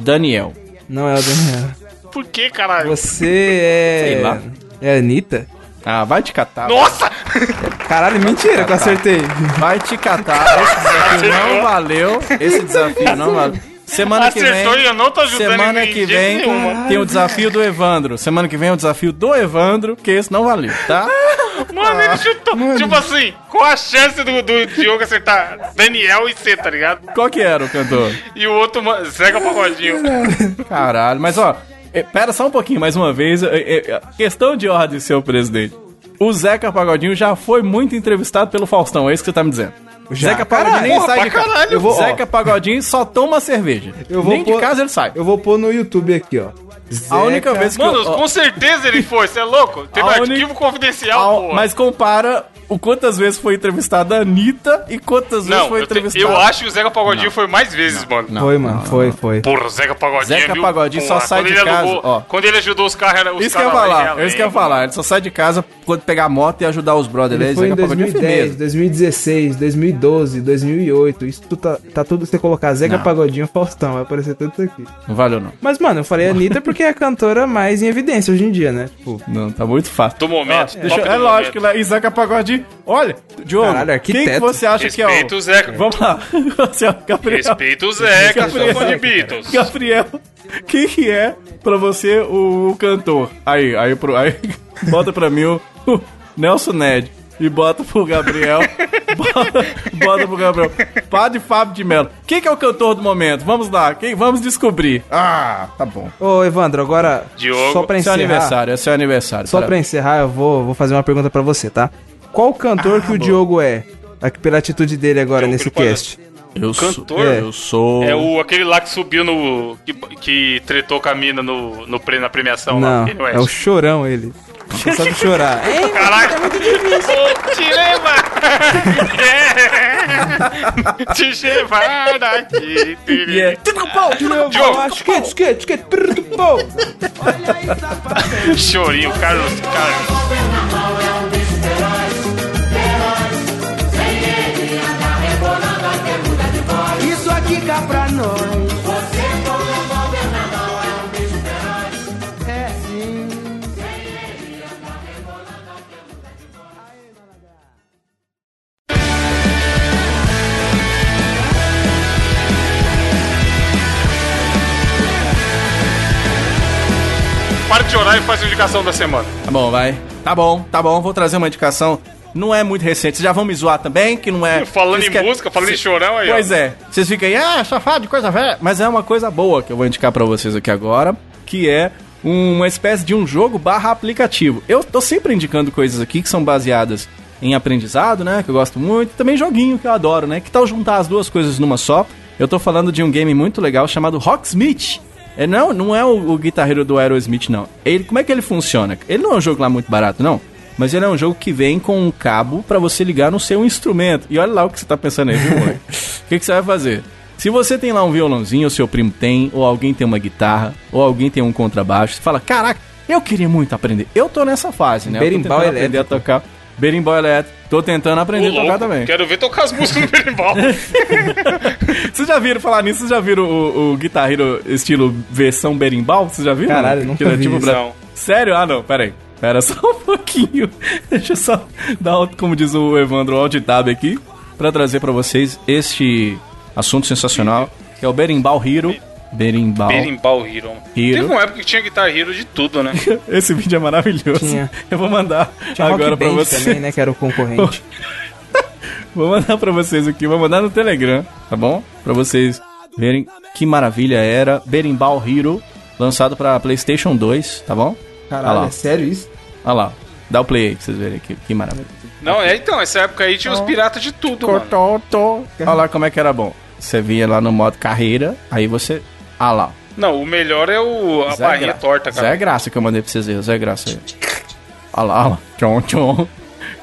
Speaker 4: Daniel.
Speaker 1: Não é o Daniel.
Speaker 3: Por que, caralho?
Speaker 1: Você é...
Speaker 4: Sei lá.
Speaker 1: É a Anitta?
Speaker 4: Ah, vai te catar.
Speaker 3: Nossa!
Speaker 1: Caralho, mentira que eu acertei.
Speaker 4: Vai te catar. Esse desafio não valeu. Esse desafio não valeu. Semana que vem.
Speaker 3: Acertou e eu não tô ajudando
Speaker 4: Semana
Speaker 3: em
Speaker 4: que
Speaker 3: jeito
Speaker 4: vem
Speaker 3: nenhuma.
Speaker 4: tem o desafio do Evandro. Semana que vem é o desafio do Evandro, que esse não valeu, tá?
Speaker 3: Mano,
Speaker 4: Ah,
Speaker 3: ele chutou. Tipo assim, qual a chance do, do Diogo acertar Daniel e C, tá ligado?
Speaker 4: Qual que era o cantor?
Speaker 3: E o outro, mano, Zeca Pagodinho.
Speaker 4: Caralho, mas ó, eh, pera só um pouquinho mais uma vez. eh, eh, eh, Questão de ordem, seu presidente. O Zeca Pagodinho já foi muito entrevistado pelo Faustão, é isso que você tá me dizendo.
Speaker 1: Já,
Speaker 4: Zeca Pagodinho nem
Speaker 3: porra,
Speaker 4: sai
Speaker 3: pra
Speaker 4: de casa.
Speaker 3: caralho.
Speaker 4: Eu vou- ó.
Speaker 1: Zeca
Speaker 4: Zeca Pagodinho só toma cerveja.
Speaker 1: Eu vou
Speaker 4: nem
Speaker 1: pôr-
Speaker 4: de casa ele sai.
Speaker 1: Eu vou pôr no YouTube aqui, ó.
Speaker 4: A única
Speaker 1: Zeca-
Speaker 4: vez que
Speaker 3: Mano,
Speaker 4: eu... ó,
Speaker 3: com certeza ele foi, você é louco? Tem um
Speaker 4: A
Speaker 3: arquivo
Speaker 4: única-
Speaker 3: confidencial,
Speaker 4: ao-
Speaker 3: pô.
Speaker 4: mas compara o quantas vezes foi entrevistada a Anitta e quantas vezes
Speaker 3: Não,
Speaker 4: foi
Speaker 3: eu, te-
Speaker 4: entrevistada...
Speaker 3: eu acho que o Zeca Pagodinho foi mais vezes, mano.
Speaker 4: Não,
Speaker 1: Foi, mano,
Speaker 4: não,
Speaker 1: foi, foi.
Speaker 3: Porra, o Zeca Pagodinho,
Speaker 4: Zeca
Speaker 3: viu?
Speaker 4: Pagodinho só sai
Speaker 3: quando
Speaker 4: de
Speaker 3: ele
Speaker 4: casa, ó.
Speaker 3: Quando ele ajudou os caras, era- os
Speaker 4: Isso que eu ia
Speaker 3: caras lá,
Speaker 4: falar,
Speaker 3: ele
Speaker 4: isso que eu ia
Speaker 3: além.
Speaker 4: falar. Ele só sai de casa quando pegar a moto e ajudar os brothers.
Speaker 1: Ele
Speaker 4: Ele
Speaker 1: foi em
Speaker 4: Zeca Pagodinho é
Speaker 1: 2010,
Speaker 4: firmeza.
Speaker 1: 2016, 2012, 2008. Isso tu tá, tá tudo que você colocar Zeca
Speaker 4: Não.
Speaker 1: Pagodinho Faustão, vai aparecer tudo isso aqui.
Speaker 4: Não valeu, não.
Speaker 1: Mas, mano, eu falei Anitta porque é a cantora mais em evidência hoje em dia, né? Tipo,
Speaker 4: Não, tá muito fácil.
Speaker 3: Do momento.
Speaker 4: Deixa- é lógico, né? E Zeca Pagodinho. Olha, Diogo,
Speaker 1: Caralho,
Speaker 4: quem
Speaker 1: arquiteto.
Speaker 4: que você acha
Speaker 3: Respeita
Speaker 4: que é
Speaker 3: o
Speaker 4: o...
Speaker 3: Zeca.
Speaker 4: Vamos lá. Você é o Gabriel.
Speaker 3: Respeita o Zeca, sou fã de Beatles.
Speaker 4: Gabriel, quem que é pra você o, o cantor? Aí, aí, pro, aí bota pra mim o, o Nelson Ned. E bota pro Gabriel. bota, bota pro Gabriel. Padre Fábio de Mello. Quem que é o cantor do momento? Vamos lá, quem, vamos descobrir. Ah, tá bom.
Speaker 1: ô Evandro, agora
Speaker 3: Diogo,
Speaker 1: só pra
Speaker 4: Seu
Speaker 1: encerrar,
Speaker 4: aniversário, é seu aniversário.
Speaker 1: só pra
Speaker 4: parabéns.
Speaker 1: encerrar, eu vou, vou fazer uma pergunta pra você, tá? Qual cantor que o Diogo é? Aqui pela atitude dele agora
Speaker 3: Ah, Diogo,
Speaker 1: nesse
Speaker 3: ele pode-
Speaker 1: cast.
Speaker 4: Eu
Speaker 3: Cantor?
Speaker 4: sou. Eu sou.
Speaker 3: É o, aquele lá que subiu no. que, que tretou com a mina no, no, pre- na premiação lá.
Speaker 1: Não,
Speaker 3: Kanye West.
Speaker 1: é o chorão ele. Ele sabe chorar. tá Hein?
Speaker 3: Caralho! Ô, Te leva! É. Te levar daqui! é
Speaker 4: Yeah.
Speaker 3: Diogo.
Speaker 1: Esquete, esquete, esquete, prrr, do pau.
Speaker 3: Chorinho, Carlos, Carlos.
Speaker 8: Isso aqui cá pra nós. É sim.
Speaker 3: Para de chorar e faz a indicação da semana.
Speaker 4: Tá bom, vai. Tá bom, tá bom, vou trazer uma indicação. Não é muito recente, vocês já vão me zoar também, que não é.
Speaker 3: Falando
Speaker 4: Vocês
Speaker 3: em
Speaker 4: quer-
Speaker 3: música, falando em chorão aí, ó.
Speaker 4: Pois é, vocês ficam aí, ah, safado de coisa velha. Mas é uma coisa boa que eu vou indicar pra vocês aqui agora, que é uma espécie de um jogo barra aplicativo. Eu tô sempre indicando coisas aqui que são baseadas em aprendizado, né, que eu gosto muito, e também joguinho que eu adoro, né, que tal juntar as duas coisas numa só. Eu tô falando de um game muito legal chamado Rocksmith. É, não, não é o, o guitarreiro do Aerosmith, não. Ele, como é que ele funciona? Ele não é um jogo lá muito barato, não. Mas ele é um jogo que vem com um cabo pra você ligar no seu instrumento. E olha lá o que você tá pensando aí, viu, moleque? O que, que você vai fazer? Se você tem lá um violãozinho, ou seu primo tem, ou alguém tem uma guitarra, ou alguém tem um contrabaixo, você fala: Caraca, eu queria muito aprender. Eu tô nessa fase, né?
Speaker 1: Berimbau
Speaker 4: eu tô tentando aprender a tocar. Berimbau elétrico. Tô tentando aprender
Speaker 3: Ô,
Speaker 4: a tocar
Speaker 3: louco,
Speaker 4: também.
Speaker 3: Quero ver tocar as músicas no berimbau.
Speaker 4: Vocês já viram falar nisso? Vocês já viram o, o Guitar Hero estilo versão berimbau? Vocês já viram?
Speaker 1: Caralho,
Speaker 4: Que
Speaker 1: nunca
Speaker 4: ele é
Speaker 1: vi isso.
Speaker 4: pra-
Speaker 3: Não.
Speaker 4: Sério? Ah, não, pera aí. Pera só um pouquinho. Deixa eu só dar, o- como diz o Evandro, o alt tab aqui, pra trazer pra vocês este assunto sensacional, que é o berimbau Hero. Berimbau.
Speaker 3: Berimbau Hero. Teve uma época que tinha Guitar Hero de tudo, né?
Speaker 4: Esse vídeo é maravilhoso.
Speaker 1: Tinha.
Speaker 4: Eu vou mandar
Speaker 1: Tinha
Speaker 4: agora
Speaker 1: Rock
Speaker 4: pra
Speaker 1: Band
Speaker 4: vocês.
Speaker 1: também, né? Que era o concorrente.
Speaker 4: Vou mandar pra vocês aqui, vou mandar no Telegram, tá bom? Pra vocês verem que maravilha era Berimbau Hero, lançado pra PlayStation 2, tá bom? Olha lá,
Speaker 1: é sério isso?
Speaker 4: olha lá. Dá o play aí pra vocês verem aqui, que maravilha.
Speaker 3: Não, é então, essa época aí tinha os piratas de tudo, mano.
Speaker 4: Olha lá como é que era bom. Você via lá no modo carreira, aí você. Ah lá.
Speaker 3: Não, o melhor é o a
Speaker 4: Zé
Speaker 3: barrinha
Speaker 4: Gra-
Speaker 3: torta, cara.
Speaker 4: Zé Graça que eu mandei pra vocês verem, o Zé Graça aí. Olha lá, olha lá. Tchon, tchon.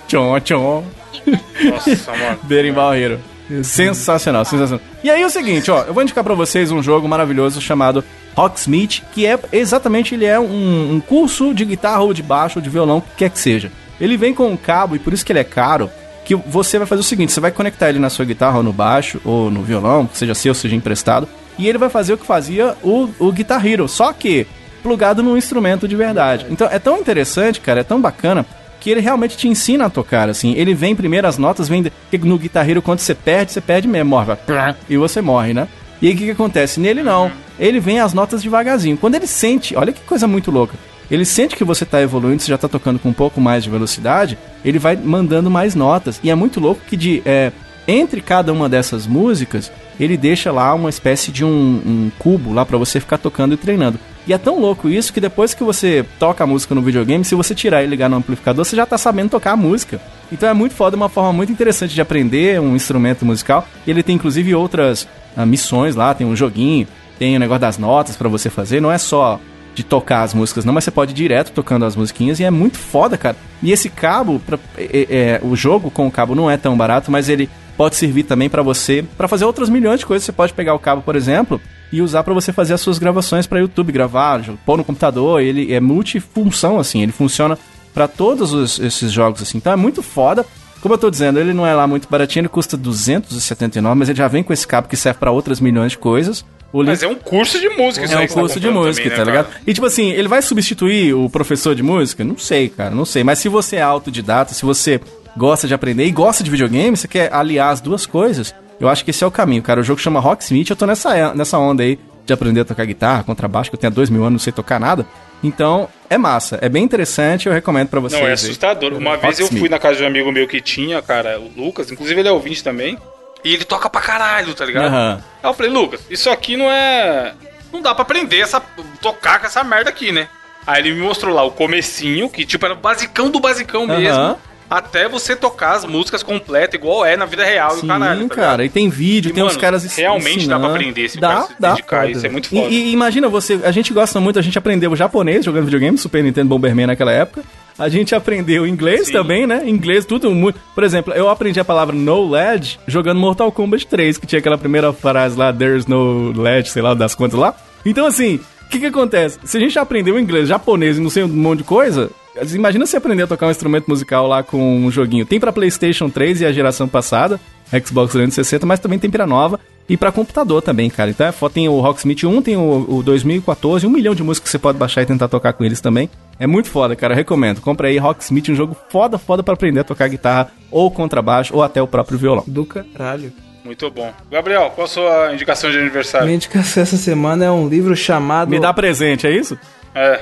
Speaker 4: Tchon, tchon.
Speaker 3: Nossa, mano.
Speaker 4: Berimbau Hero. Sensacional, sensacional. E aí é o seguinte, ó, eu vou indicar pra vocês um jogo maravilhoso chamado Rocksmith, que é exatamente ele é um, um curso de guitarra ou de baixo ou de violão, o que quer que seja. Ele vem com um cabo e por isso que ele é caro, que você vai fazer o seguinte, você vai conectar ele na sua guitarra ou no baixo ou no violão, seja seu, seja emprestado, e ele vai fazer o que fazia o, o Guitar Hero, só que plugado num instrumento de verdade. Então é tão interessante, cara, é tão bacana que ele realmente te ensina a tocar, assim. Ele vem primeiro, as notas vêm... de- porque No guitarreiro, quando você perde, você perde mesmo, morre, vai, plá, e você morre, né? E aí, o que, que acontece? Nele, não. Ele vem as notas devagarzinho. Quando ele sente... Olha que coisa muito louca. Ele sente que você tá evoluindo, você já tá tocando com um pouco mais de velocidade, ele vai mandando mais notas. E é muito louco que de... é, entre cada uma dessas músicas, ele deixa lá uma espécie de um, um cubo lá pra você ficar tocando e treinando. E é tão louco isso que depois que você toca a música no videogame, se você tirar e ligar no amplificador, você já tá sabendo tocar a música. Então é muito foda, é uma forma muito interessante de aprender um instrumento musical. E ele tem inclusive outras ah, missões lá, tem um joguinho, tem o negócio das notas pra você fazer, não é só de tocar as músicas, não, mas você pode ir direto tocando as musiquinhas e é muito foda, cara. E esse cabo, pra- é- é- o jogo com o cabo não é tão barato, mas ele pode servir também pra você, pra fazer outras milhões de coisas. Você pode pegar o cabo, por exemplo, e usar pra você fazer as suas gravações pra YouTube, gravar, jo- pôr no computador. Ele é multifunção, assim, ele funciona pra todos os- esses jogos, assim. Então é muito foda. Como eu tô dizendo, ele não é lá muito baratinho, ele custa 279, mas ele já vem com esse cabo que serve pra outras milhões de coisas. O link-
Speaker 3: Mas é um curso de música isso
Speaker 4: é
Speaker 3: aí
Speaker 4: um
Speaker 3: que você tá
Speaker 4: curso de
Speaker 3: comprando
Speaker 4: música,
Speaker 3: também, né,
Speaker 4: tá ligado?
Speaker 3: cara?
Speaker 4: E tipo assim, ele vai substituir o professor de música? Não sei, cara, não sei. Mas se você é autodidata, se você gosta de aprender e gosta de videogame, você quer aliar as duas coisas, eu acho que esse é o caminho, cara. O jogo chama Rocksmith, eu tô nessa, nessa onda aí de aprender a tocar guitarra, contrabaixo, que eu tenho há dois mil anos, não sei tocar nada. Então, é massa, é bem interessante, eu recomendo pra vocês.
Speaker 3: Não, é
Speaker 4: aí.
Speaker 3: assustador. Uma vez eu fui na casa de um amigo meu que tinha, cara, o Lucas, inclusive ele é ouvinte também, e ele toca pra caralho, tá ligado?
Speaker 4: Aham.
Speaker 3: Aí eu falei, Lucas, isso aqui não é. Não dá pra aprender essa. tocar com essa merda aqui, né? Aí ele me mostrou lá o comecinho, que tipo era o basicão do basicão
Speaker 4: Aham.
Speaker 3: mesmo. Até você tocar as músicas completas, igual é na vida real e o
Speaker 4: Sim,
Speaker 3: caralho. tá ligado?
Speaker 4: cara, e tem vídeo,
Speaker 3: E,
Speaker 4: tem uns
Speaker 3: mano,
Speaker 4: caras
Speaker 3: realmente
Speaker 4: ensinando.
Speaker 3: dá pra aprender se o cara
Speaker 4: dá,
Speaker 3: se
Speaker 4: dá,
Speaker 3: dedicar, isso é muito foda.
Speaker 4: E, e imagina você, a gente gosta muito, a gente aprendeu japonês jogando videogame, Super Nintendo Bomberman naquela época. A gente aprendeu inglês também, né? Inglês, tudo muito. Por exemplo, eu aprendi a palavra no LED jogando Mortal Kombat 3, que tinha aquela primeira frase lá, there's no LED, sei lá, das contas lá. Então, assim, o que que acontece? Se a gente já aprendeu inglês, japonês e não sei um monte de coisa, imagina você aprender a tocar um instrumento musical lá com um joguinho. Tem pra PlayStation 3 e a geração passada, Xbox 360, mas também tem pra nova e pra computador também, cara. Então é foda, tem o Rocksmith 1, tem o, o 2014, um milhão de músicas que você pode baixar e tentar tocar com eles também. É muito foda, cara. eu recomendo. Compra aí Rocksmith, um jogo foda, foda pra aprender a tocar guitarra ou contrabaixo ou até o próprio violão.
Speaker 1: Do caralho.
Speaker 3: Muito bom. Gabriel, qual a sua indicação de aniversário?
Speaker 1: Minha indicação essa semana é um livro chamado
Speaker 4: Me dá presente, é isso?
Speaker 3: É.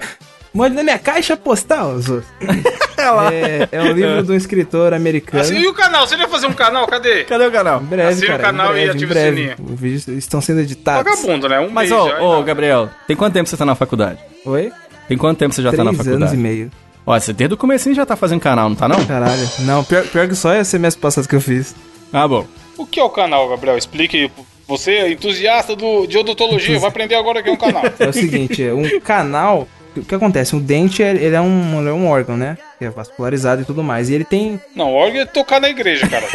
Speaker 1: Mande na minha caixa postal, Zô. é, é um livro de um escritor americano.
Speaker 3: Assim, e o canal? Você ia fazer um canal? Cadê?
Speaker 4: Cadê o canal?
Speaker 1: Em breve,
Speaker 3: assina o
Speaker 1: cara,
Speaker 3: canal
Speaker 1: em
Speaker 3: e
Speaker 1: breve,
Speaker 3: ativa
Speaker 1: em
Speaker 3: o
Speaker 1: breve.
Speaker 3: sininho.
Speaker 1: Os vídeos estão sendo editados.
Speaker 3: Vagabundo, né? Um
Speaker 4: Mas,
Speaker 3: mês
Speaker 4: ô,
Speaker 3: já,
Speaker 4: ô,
Speaker 3: não.
Speaker 4: Gabriel, tem quanto tempo você tá na faculdade?
Speaker 1: Oi?
Speaker 4: Tem quanto tempo você já tá na
Speaker 1: Três anos
Speaker 4: faculdade?
Speaker 1: e meio.
Speaker 4: Ó, você desde o comecinho já tá fazendo canal, não tá não?
Speaker 1: Caralho. Não, pior, pior que só é o semestre passado que eu fiz.
Speaker 4: Ah, bom.
Speaker 3: O que é o canal, Gabriel? Explique aí. Você é entusiasta do, de odontologia, vai aprender agora o que é um canal.
Speaker 1: É o seguinte, é um canal. O que acontece? O dente é- ele é, um, ele é um órgão, né? Que é vascularizado e tudo mais. E ele tem.
Speaker 3: Não, órgão é tocar na igreja, cara.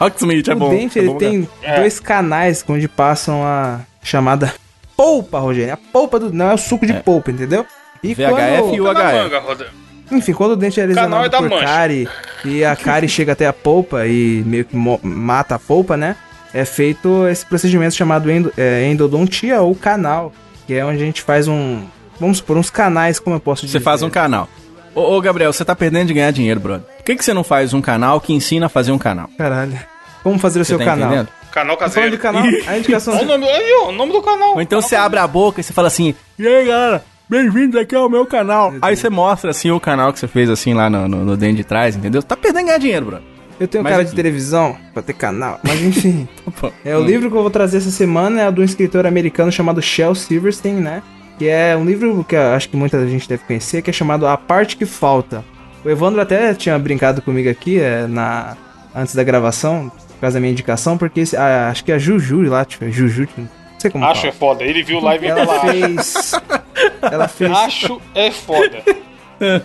Speaker 4: Oxmith, é
Speaker 1: o
Speaker 4: bom.
Speaker 1: dente
Speaker 4: é
Speaker 1: ele
Speaker 4: bom, cara.
Speaker 1: tem dois canais onde passam a chamada polpa, Rogério. A polpa do. Não é o suco de polpa, entendeu? E
Speaker 4: VHF e
Speaker 1: quando,
Speaker 4: o
Speaker 3: Tá na
Speaker 4: HF.
Speaker 3: manga, Roda.
Speaker 1: Enfim, quando o dente é
Speaker 3: canal
Speaker 1: lesionado
Speaker 3: é da
Speaker 1: por
Speaker 3: mancha.
Speaker 1: cárie e a cárie chega até a polpa e meio que mo- mata a polpa, né? É feito esse procedimento chamado endo- é, endodontia ou canal, que é onde a gente faz um. Vamos supor, uns canais, como eu posso dizer.
Speaker 4: Você faz um canal. Ô, ô, Gabriel, você tá perdendo de ganhar dinheiro, brother. Por que, que você não faz um canal que ensina a fazer um canal?
Speaker 1: Caralho. Como fazer o
Speaker 4: Você
Speaker 1: seu
Speaker 4: tá
Speaker 1: canal?
Speaker 4: entendendo?
Speaker 3: Canal
Speaker 1: Tô Falando de
Speaker 3: caseiro.
Speaker 1: canal, a indicação.
Speaker 3: Olha o nome, aí, ó, o nome do canal.
Speaker 4: Ou então
Speaker 3: Canal
Speaker 4: você abre a boca e você fala assim, e aí, galera, bem-vindos aqui ao meu canal. Aí você mostra, assim, o canal que você fez, assim, lá no, no, no dente de trás, entendeu? Tá perdendo de ganhar dinheiro, brother.
Speaker 1: Eu tenho
Speaker 4: Mas é
Speaker 1: cara
Speaker 4: enfim.
Speaker 1: de televisão pra ter canal, mas enfim.
Speaker 4: Opa.
Speaker 1: É, o livro que eu vou trazer essa semana é do escritor americano chamado Shel Silverstein, né? Que é um livro que eu acho que muita gente deve conhecer, que é chamado A Parte Que Falta. O Evandro até tinha brincado comigo aqui é, na antes da gravação, por causa da minha indicação, porque esse- a- acho que a Juju lá, tipo, Juju, não sei como
Speaker 3: Acho é
Speaker 1: fala.
Speaker 3: foda. Ele viu live e
Speaker 1: Ela
Speaker 3: falou,
Speaker 1: fez... ela fez...
Speaker 3: Acho é foda.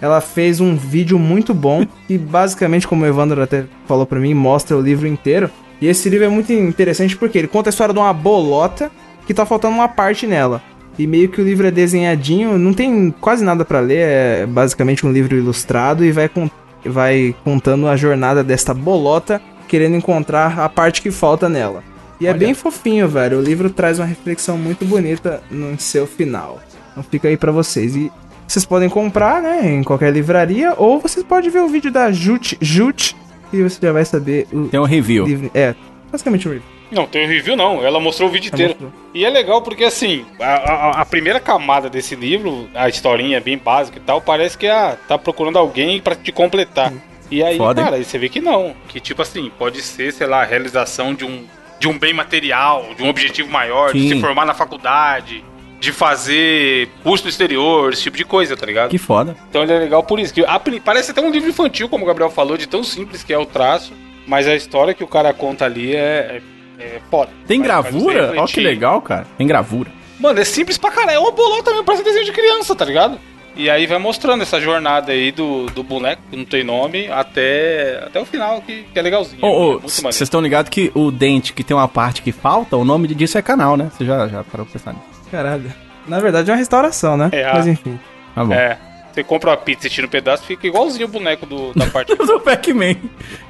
Speaker 1: Ela fez um vídeo muito bom que basicamente, como o Evandro até falou pra mim, mostra o livro inteiro. E esse livro é muito interessante porque ele conta a história de uma bolota que tá faltando uma parte nela. E meio que o livro é desenhadinho, não tem quase nada pra ler, é basicamente um livro ilustrado e vai, con- vai contando a jornada desta bolota querendo encontrar a parte que falta nela. E é bem fofinho, velho. O livro traz uma reflexão muito bonita no seu final. Então fica aí pra vocês. E vocês podem comprar, né, em qualquer livraria, ou vocês podem ver o vídeo da Jute Jute e você já vai saber o
Speaker 4: Tem um review.
Speaker 1: livro. É, basicamente o livro. Tá
Speaker 3: Não, tem review não. Ela mostrou o vídeo
Speaker 1: Ela
Speaker 3: inteiro.
Speaker 1: mostrou.
Speaker 3: E é legal porque, assim, a, a- a primeira camada desse livro, a historinha é bem básica e tal, parece que ah, tá procurando alguém pra te completar. E aí,
Speaker 4: Foda, hein?
Speaker 3: cara, aí você vê que não. Que, tipo assim, pode ser, sei lá, a realização de um, de um bem material, de um objetivo maior, de
Speaker 4: Sim.
Speaker 3: se formar na faculdade, de fazer curso no exterior, esse tipo de coisa, tá ligado?
Speaker 4: Que foda.
Speaker 3: Então ele é legal por isso. Que a pri- parece até um livro infantil, como o Gabriel falou, de tão simples que é o traço, mas a história que o cara conta ali é, é, é foda.
Speaker 4: Tem
Speaker 3: Faz- faz você é
Speaker 4: gravura? Ó que
Speaker 3: refletir.
Speaker 4: legal, cara. Tem gravura.
Speaker 3: Mano, é simples pra caralho. É uma bolota mesmo, parece desenho de criança, tá ligado? E aí vai mostrando essa jornada aí do, do boneco, que não tem nome, até, até o final, que, que é legalzinho.
Speaker 4: Ô, ô, tá
Speaker 3: é muito
Speaker 4: vocês
Speaker 3: maneiro.
Speaker 4: estão ligados que o dente que tem uma parte que falta, o nome disso é canal, né? Você já, já parou pra pensar nisso.
Speaker 1: Caralho. Na verdade é uma restauração, né?
Speaker 3: É, a-
Speaker 1: Mas enfim.
Speaker 4: Tá bom.
Speaker 3: É. Você compra uma pizza e tira um pedaço, fica igualzinho o boneco do, da parte.
Speaker 4: Eu sou o Pac-Man.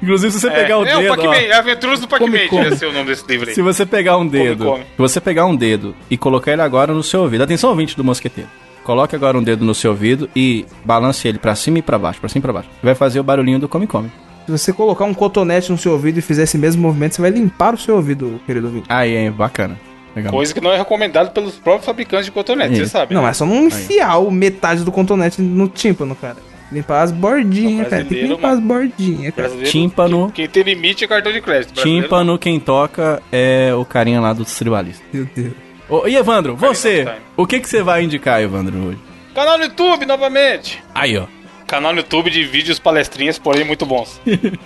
Speaker 4: Inclusive, se você pegar o
Speaker 3: é,
Speaker 4: dedo,
Speaker 3: o Pac-Man,
Speaker 4: ó,
Speaker 3: é Aventuras do Pac-Man,
Speaker 4: Come, come.
Speaker 3: devia ser o nome desse livro aí.
Speaker 4: se você pegar um dedo,
Speaker 3: come.
Speaker 4: se você pegar um dedo e colocar ele agora no seu ouvido. Atenção, ouvinte do mosqueteiro. Coloque agora um dedo no seu ouvido e balance ele pra cima e pra baixo, pra cima e pra baixo. Vai fazer o barulhinho do Come Come.
Speaker 1: Se você colocar um cotonete no seu ouvido e fizer esse mesmo movimento, você vai limpar o seu ouvido, querido ouvinte.
Speaker 4: Aí, hein, bacana. Legal.
Speaker 3: Coisa que não é recomendado pelos próprios fabricantes de cotonete,
Speaker 4: Isso.
Speaker 3: você sabe. né?
Speaker 1: Não, é só não enfiar o metade do cotonete no tímpano, cara. Limpar as
Speaker 3: Não,
Speaker 1: bordinhas, cara. Tem que
Speaker 3: brasileiro,
Speaker 1: limpar as bordinhas, cara.
Speaker 3: Brasileiro,
Speaker 4: Tímpano.
Speaker 3: Quem, quem tem limite é cartão de crédito. Brasileiro
Speaker 4: Tímpano, quem toca é o carinha lá dos tribalistas.
Speaker 1: Meu Deus.
Speaker 4: Ô, e Evandro, você,
Speaker 3: Time.
Speaker 4: o que, que você vai indicar, Evandro, hoje?
Speaker 3: não. Canal no YouTube, novamente.
Speaker 4: Aí, ó.
Speaker 3: Canal no YouTube de vídeos palestrinhas, porém muito bons.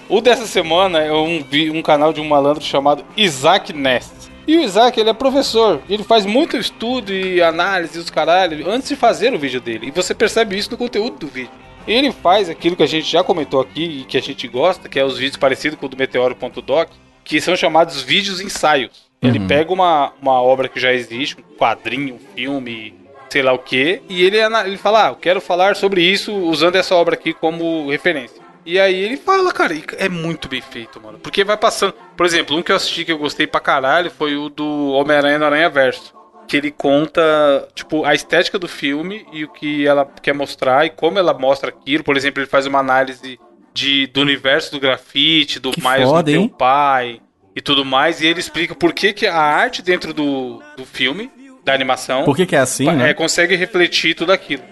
Speaker 3: o dessa semana é um, vi- um canal de um malandro chamado Isaac Nest. E o Isaac, ele é professor. Ele faz muito estudo e análise os caralho antes de fazer o vídeo dele. E você percebe isso no conteúdo do vídeo. Ele faz aquilo que a gente já comentou aqui e que a gente gosta, que é os vídeos parecidos com o do Meteoro.doc, que são chamados vídeos ensaios. Ele pega uma, uma obra que já existe, um quadrinho, um filme, sei lá o que, e ele, ana- ele fala, ah, eu quero falar sobre isso usando essa obra aqui como referência. E aí ele fala, cara, e é muito bem feito, mano. Porque vai passando. Por exemplo, um que eu assisti que eu gostei pra caralho foi o do Homem-Aranha no Aranha Verso. Que ele conta, tipo, a estética do filme e o que ela quer mostrar e como ela mostra aquilo. Por exemplo, ele faz uma análise de, do universo do grafite, do
Speaker 4: Que
Speaker 3: Miles
Speaker 4: foda,
Speaker 3: do teu
Speaker 4: hein?
Speaker 3: pai e tudo mais. E ele explica por que, que a arte dentro do, do filme, da animação,
Speaker 4: Por que, que é assim,
Speaker 3: Pa-
Speaker 4: né?
Speaker 3: é, consegue refletir tudo aquilo.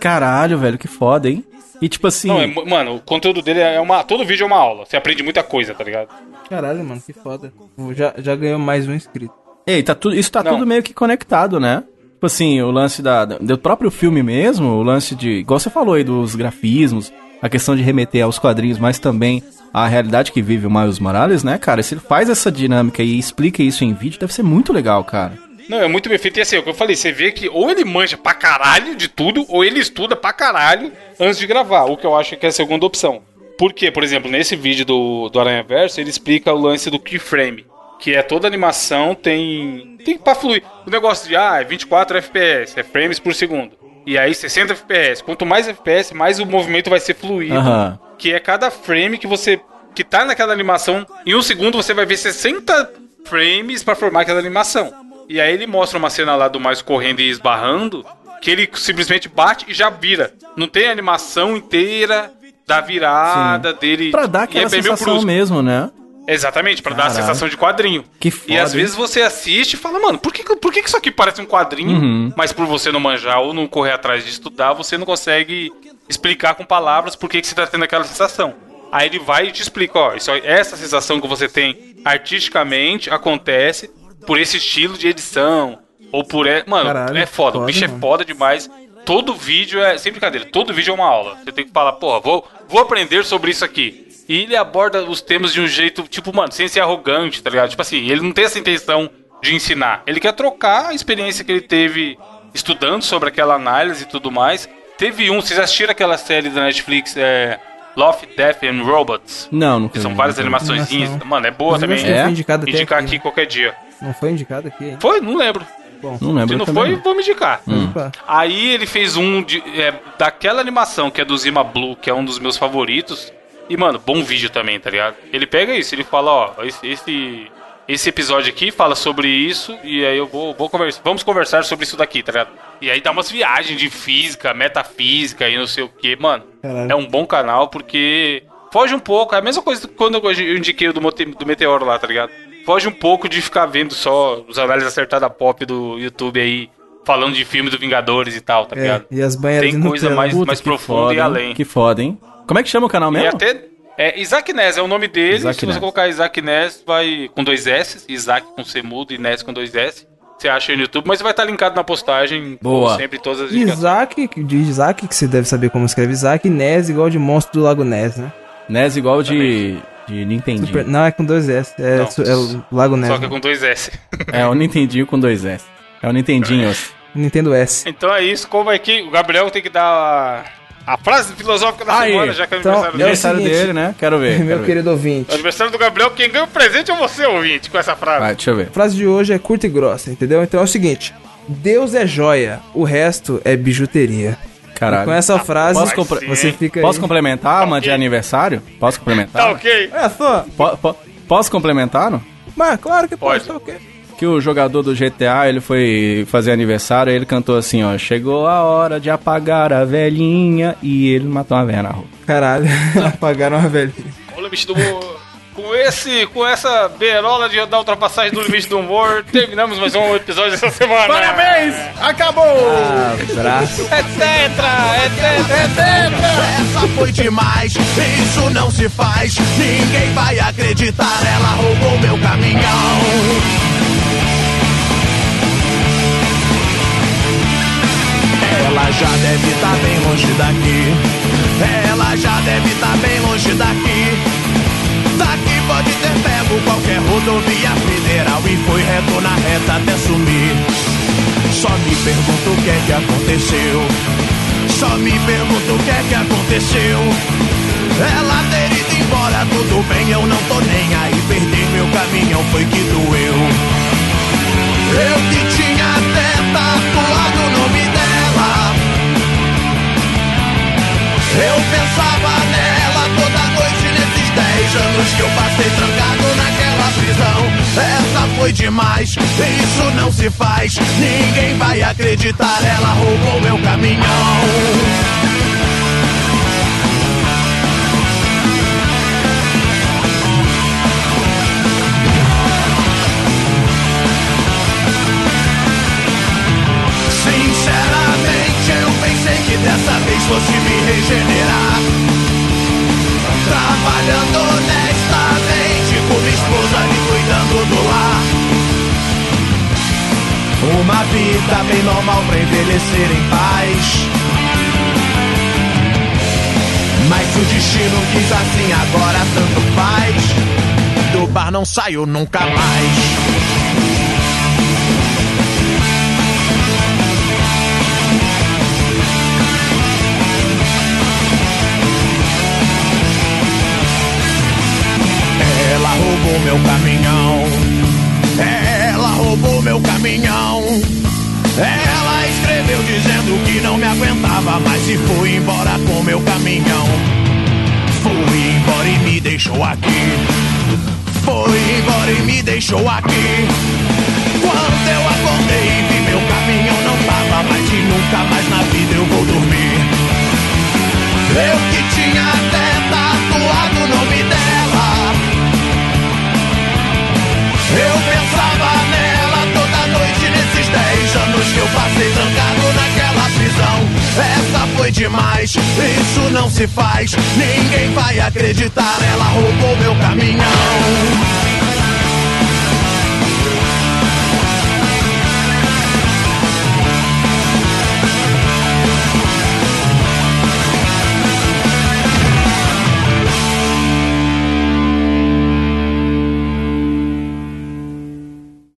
Speaker 4: Caralho, velho, que foda, hein? E tipo assim.
Speaker 3: Não, é mu- mano, o conteúdo dele é uma. Todo vídeo é uma aula. Você aprende muita coisa, tá ligado?
Speaker 1: Caralho, mano, que foda. Pô, Já, já ganhou mais um inscrito.
Speaker 4: Ei, tá tudo, isso tá
Speaker 3: Não.
Speaker 4: tudo meio que conectado, né? Tipo assim, o lance da, da- do próprio filme mesmo, o lance de. Igual você falou aí dos grafismos, a questão de remeter aos quadrinhos, mas também a realidade que vive o Miles Morales, né, cara? Se ele faz essa dinâmica e explica isso em vídeo, deve ser muito legal, cara.
Speaker 3: Não, é muito bem feito. E assim, é o que eu falei, você vê que ou ele manja pra caralho de tudo, ou ele estuda pra caralho antes de gravar, o que eu acho que é a segunda opção. Por quê? Por exemplo, nesse vídeo do, do Aranha Verso, ele explica o lance do keyframe, que é toda animação tem. tem pra fluir. O negócio de, ah, é 24 FPS, é frames por segundo. E aí 60 FPS. Quanto mais FPS, mais o movimento vai ser fluido
Speaker 4: Aham.
Speaker 3: que é cada frame que você que tá naquela animação, em um segundo você vai ver 60 frames pra formar aquela animação. E aí ele mostra uma cena lá do mais correndo e esbarrando, que ele simplesmente bate e já vira. Não tem a animação inteira da virada dele.
Speaker 4: Pra dar
Speaker 3: E é
Speaker 4: aquela
Speaker 3: bem meio
Speaker 4: sensação
Speaker 3: brusco.
Speaker 4: mesmo, né?
Speaker 3: Exatamente, pra dar a
Speaker 4: Caralho.
Speaker 3: sensação de quadrinho.
Speaker 4: Que foda.
Speaker 3: E às
Speaker 4: hein?
Speaker 3: vezes você assiste e fala, mano, por que, por que que isso aqui parece um quadrinho?
Speaker 4: Uhum.
Speaker 3: Mas por você não manjar ou não correr atrás de estudar, você não consegue explicar com palavras por que, que você tá tendo aquela sensação. Aí ele vai e te explica, ó, isso, essa sensação que você tem artisticamente acontece por esse estilo de edição. Ou por. e- Mano,
Speaker 1: Caralho,
Speaker 3: é foda, o
Speaker 1: foda,
Speaker 3: bicho é
Speaker 1: mano.
Speaker 3: foda demais. Todo vídeo é. Sem brincadeira, todo vídeo é uma aula. Você tem que falar, porra, vou, vou aprender sobre isso aqui. E ele aborda os temas de um jeito, tipo, mano, sem ser arrogante, tá ligado? Tipo assim, ele não tem essa intenção de ensinar. Ele quer trocar a experiência que ele teve estudando sobre aquela análise e tudo mais. Teve um, vocês assistiram aquela série da Netflix, é. Love, Death and Robots?
Speaker 4: Não, não
Speaker 3: Que são várias animaçõezinhas.
Speaker 1: Animação.
Speaker 3: Mano, é boa
Speaker 1: Inclusive,
Speaker 3: também.
Speaker 1: acho que
Speaker 4: É?
Speaker 1: foi indicado até
Speaker 3: Indicar
Speaker 1: aqui,
Speaker 3: aqui qualquer dia.
Speaker 1: né? Não foi indicado aqui, hein?
Speaker 3: Foi? Não lembro.
Speaker 1: Bom,
Speaker 4: Não lembro.
Speaker 3: Se não
Speaker 4: também
Speaker 1: né?
Speaker 3: foi, vou me indicar.
Speaker 1: opa.
Speaker 3: Aí ele fez um de- é, daquela animação que é do Zima Blue, que é um dos meus favoritos. E, mano, bom vídeo também, tá ligado? Ele pega isso, ele fala, ó, esse, esse, esse episódio aqui fala sobre isso, e aí eu vou, vou conversar. Vamos conversar sobre isso daqui, tá ligado? E aí dá umas viagens de física, metafísica e não sei o que, mano.
Speaker 1: Caralho.
Speaker 3: É um bom canal porque foge um pouco. É a mesma coisa que quando eu indiquei o do, mote- do Meteoro lá, tá ligado? Foge um pouco de ficar vendo só os análises acertadas pop do YouTube aí, falando de filme do Vingadores e tal, tá ligado?
Speaker 1: É, e as banheiras
Speaker 3: Tem
Speaker 1: de
Speaker 3: coisa
Speaker 1: Nutella.
Speaker 3: mais-
Speaker 4: Puta,
Speaker 3: mais
Speaker 4: que
Speaker 3: profundo
Speaker 4: foda,
Speaker 3: e
Speaker 4: hein?
Speaker 3: além.
Speaker 4: Que foda, hein? Como é que chama o canal
Speaker 3: E
Speaker 4: mesmo?
Speaker 3: até. É, Isaac Ness é o nome dele.
Speaker 4: Isaac
Speaker 3: Se você
Speaker 4: Ness.
Speaker 3: colocar Isaac Ness, vai com dois S. Isaac com C mudo e Ness com dois S. Você acha aí no YouTube, mas vai estar linkado na postagem.
Speaker 4: Boa.
Speaker 3: Como sempre, todas as dicas.
Speaker 1: Isaac, de Isaac, que você deve saber como escreve Isaac, e Ness igual de monstro do Lago Ness, né?
Speaker 4: Nes igual de, de Nintendinho.
Speaker 1: Super- não, é com dois S, é,
Speaker 3: Não.
Speaker 1: su- é o Lago Ness.
Speaker 3: Só que é com dois S.
Speaker 4: É o Nintendinho com dois S. É o Nintendinho.
Speaker 1: Nintendo S.
Speaker 3: Então é isso, como é que o Gabriel tem que dar a, a frase filosófica da
Speaker 4: Aí,
Speaker 3: semana, já que é o
Speaker 1: então,
Speaker 3: aniversário
Speaker 1: é
Speaker 3: dele.
Speaker 1: o
Speaker 4: Aniversário
Speaker 1: seguinte,
Speaker 4: dele, né? Quero
Speaker 3: É,
Speaker 4: ver.
Speaker 1: Meu
Speaker 4: quero ver.
Speaker 1: querido ouvinte.
Speaker 3: Aniversário do Gabriel, quem ganha o presente é você, ouvinte, com essa frase.
Speaker 4: Vai, deixa eu ver.
Speaker 1: A frase de hoje é curta e grossa, entendeu? Então é o seguinte: Deus é joia, o resto é bijuteria.
Speaker 4: Caralho.
Speaker 1: Com essa
Speaker 3: Ah,
Speaker 1: frase,
Speaker 4: Posso, compre-
Speaker 3: Sim.
Speaker 1: você fica.
Speaker 4: posso
Speaker 1: aí.
Speaker 4: complementar,
Speaker 3: Tá
Speaker 4: mano, de
Speaker 3: ok.
Speaker 4: aniversário? Posso complementar?
Speaker 3: Tá ok?
Speaker 1: É só.
Speaker 4: Po- po- posso complementar, não?
Speaker 1: Mas claro que pode,
Speaker 3: Pode.
Speaker 1: tá ok.
Speaker 4: Que o jogador do GTA, ele foi fazer aniversário e ele cantou assim, ó. Chegou a hora de apagar a velhinha e ele matou uma velha na rua.
Speaker 1: Caralho, apagaram a velhinha.
Speaker 3: O limite do humor. Com, esse, com essa berola de da ultrapassagem do limite do humor, terminamos mais um episódio dessa semana.
Speaker 4: Parabéns! Acabou!
Speaker 1: Abraço.
Speaker 9: Essa foi demais, isso não se faz. Ninguém vai acreditar, ela roubou meu caminhão. Ela já deve estar bem longe daqui. Ela já deve estar bem longe daqui. Daqui pode ter pego qualquer rodovia federal e foi reto na reta até sumir. Só me pergunto o que é que aconteceu. Só me pergunto o que é que aconteceu. Ela ter ido embora, tudo bem, eu não tô nem aí. Perder meu caminhão foi que doeu. Eu que tinha até tatuado o nome dela. Eu pensava nela toda noite nesses 10 anos que eu passei trancado naquela prisão. Essa foi demais, isso não se faz. Ninguém vai acreditar, ela roubou meu caminhão. Sinceramente eu pensei que dessa fosse me regenerar. Trabalhando honestamente, com minha esposa me cuidando do lar. Uma vida bem normal pra envelhecer em paz. Mas se o destino quis assim, agora tanto faz. Do bar não saiu nunca mais. Ela roubou meu caminhão. Ela roubou meu caminhão. Ela escreveu dizendo que não me aguentava mais e foi embora com meu caminhão. Foi embora e me deixou aqui. Foi embora e me deixou aqui. Quando eu acordei e vi meu caminhão não tava mais e nunca mais na vida eu vou dormir. Eu que tinha até tatuado o nome dela. Eu pensava nela toda noite nesses 10 anos que eu passei trancado naquela prisão. Essa foi demais, isso não se faz. Ninguém vai acreditar, ela roubou meu caminhão.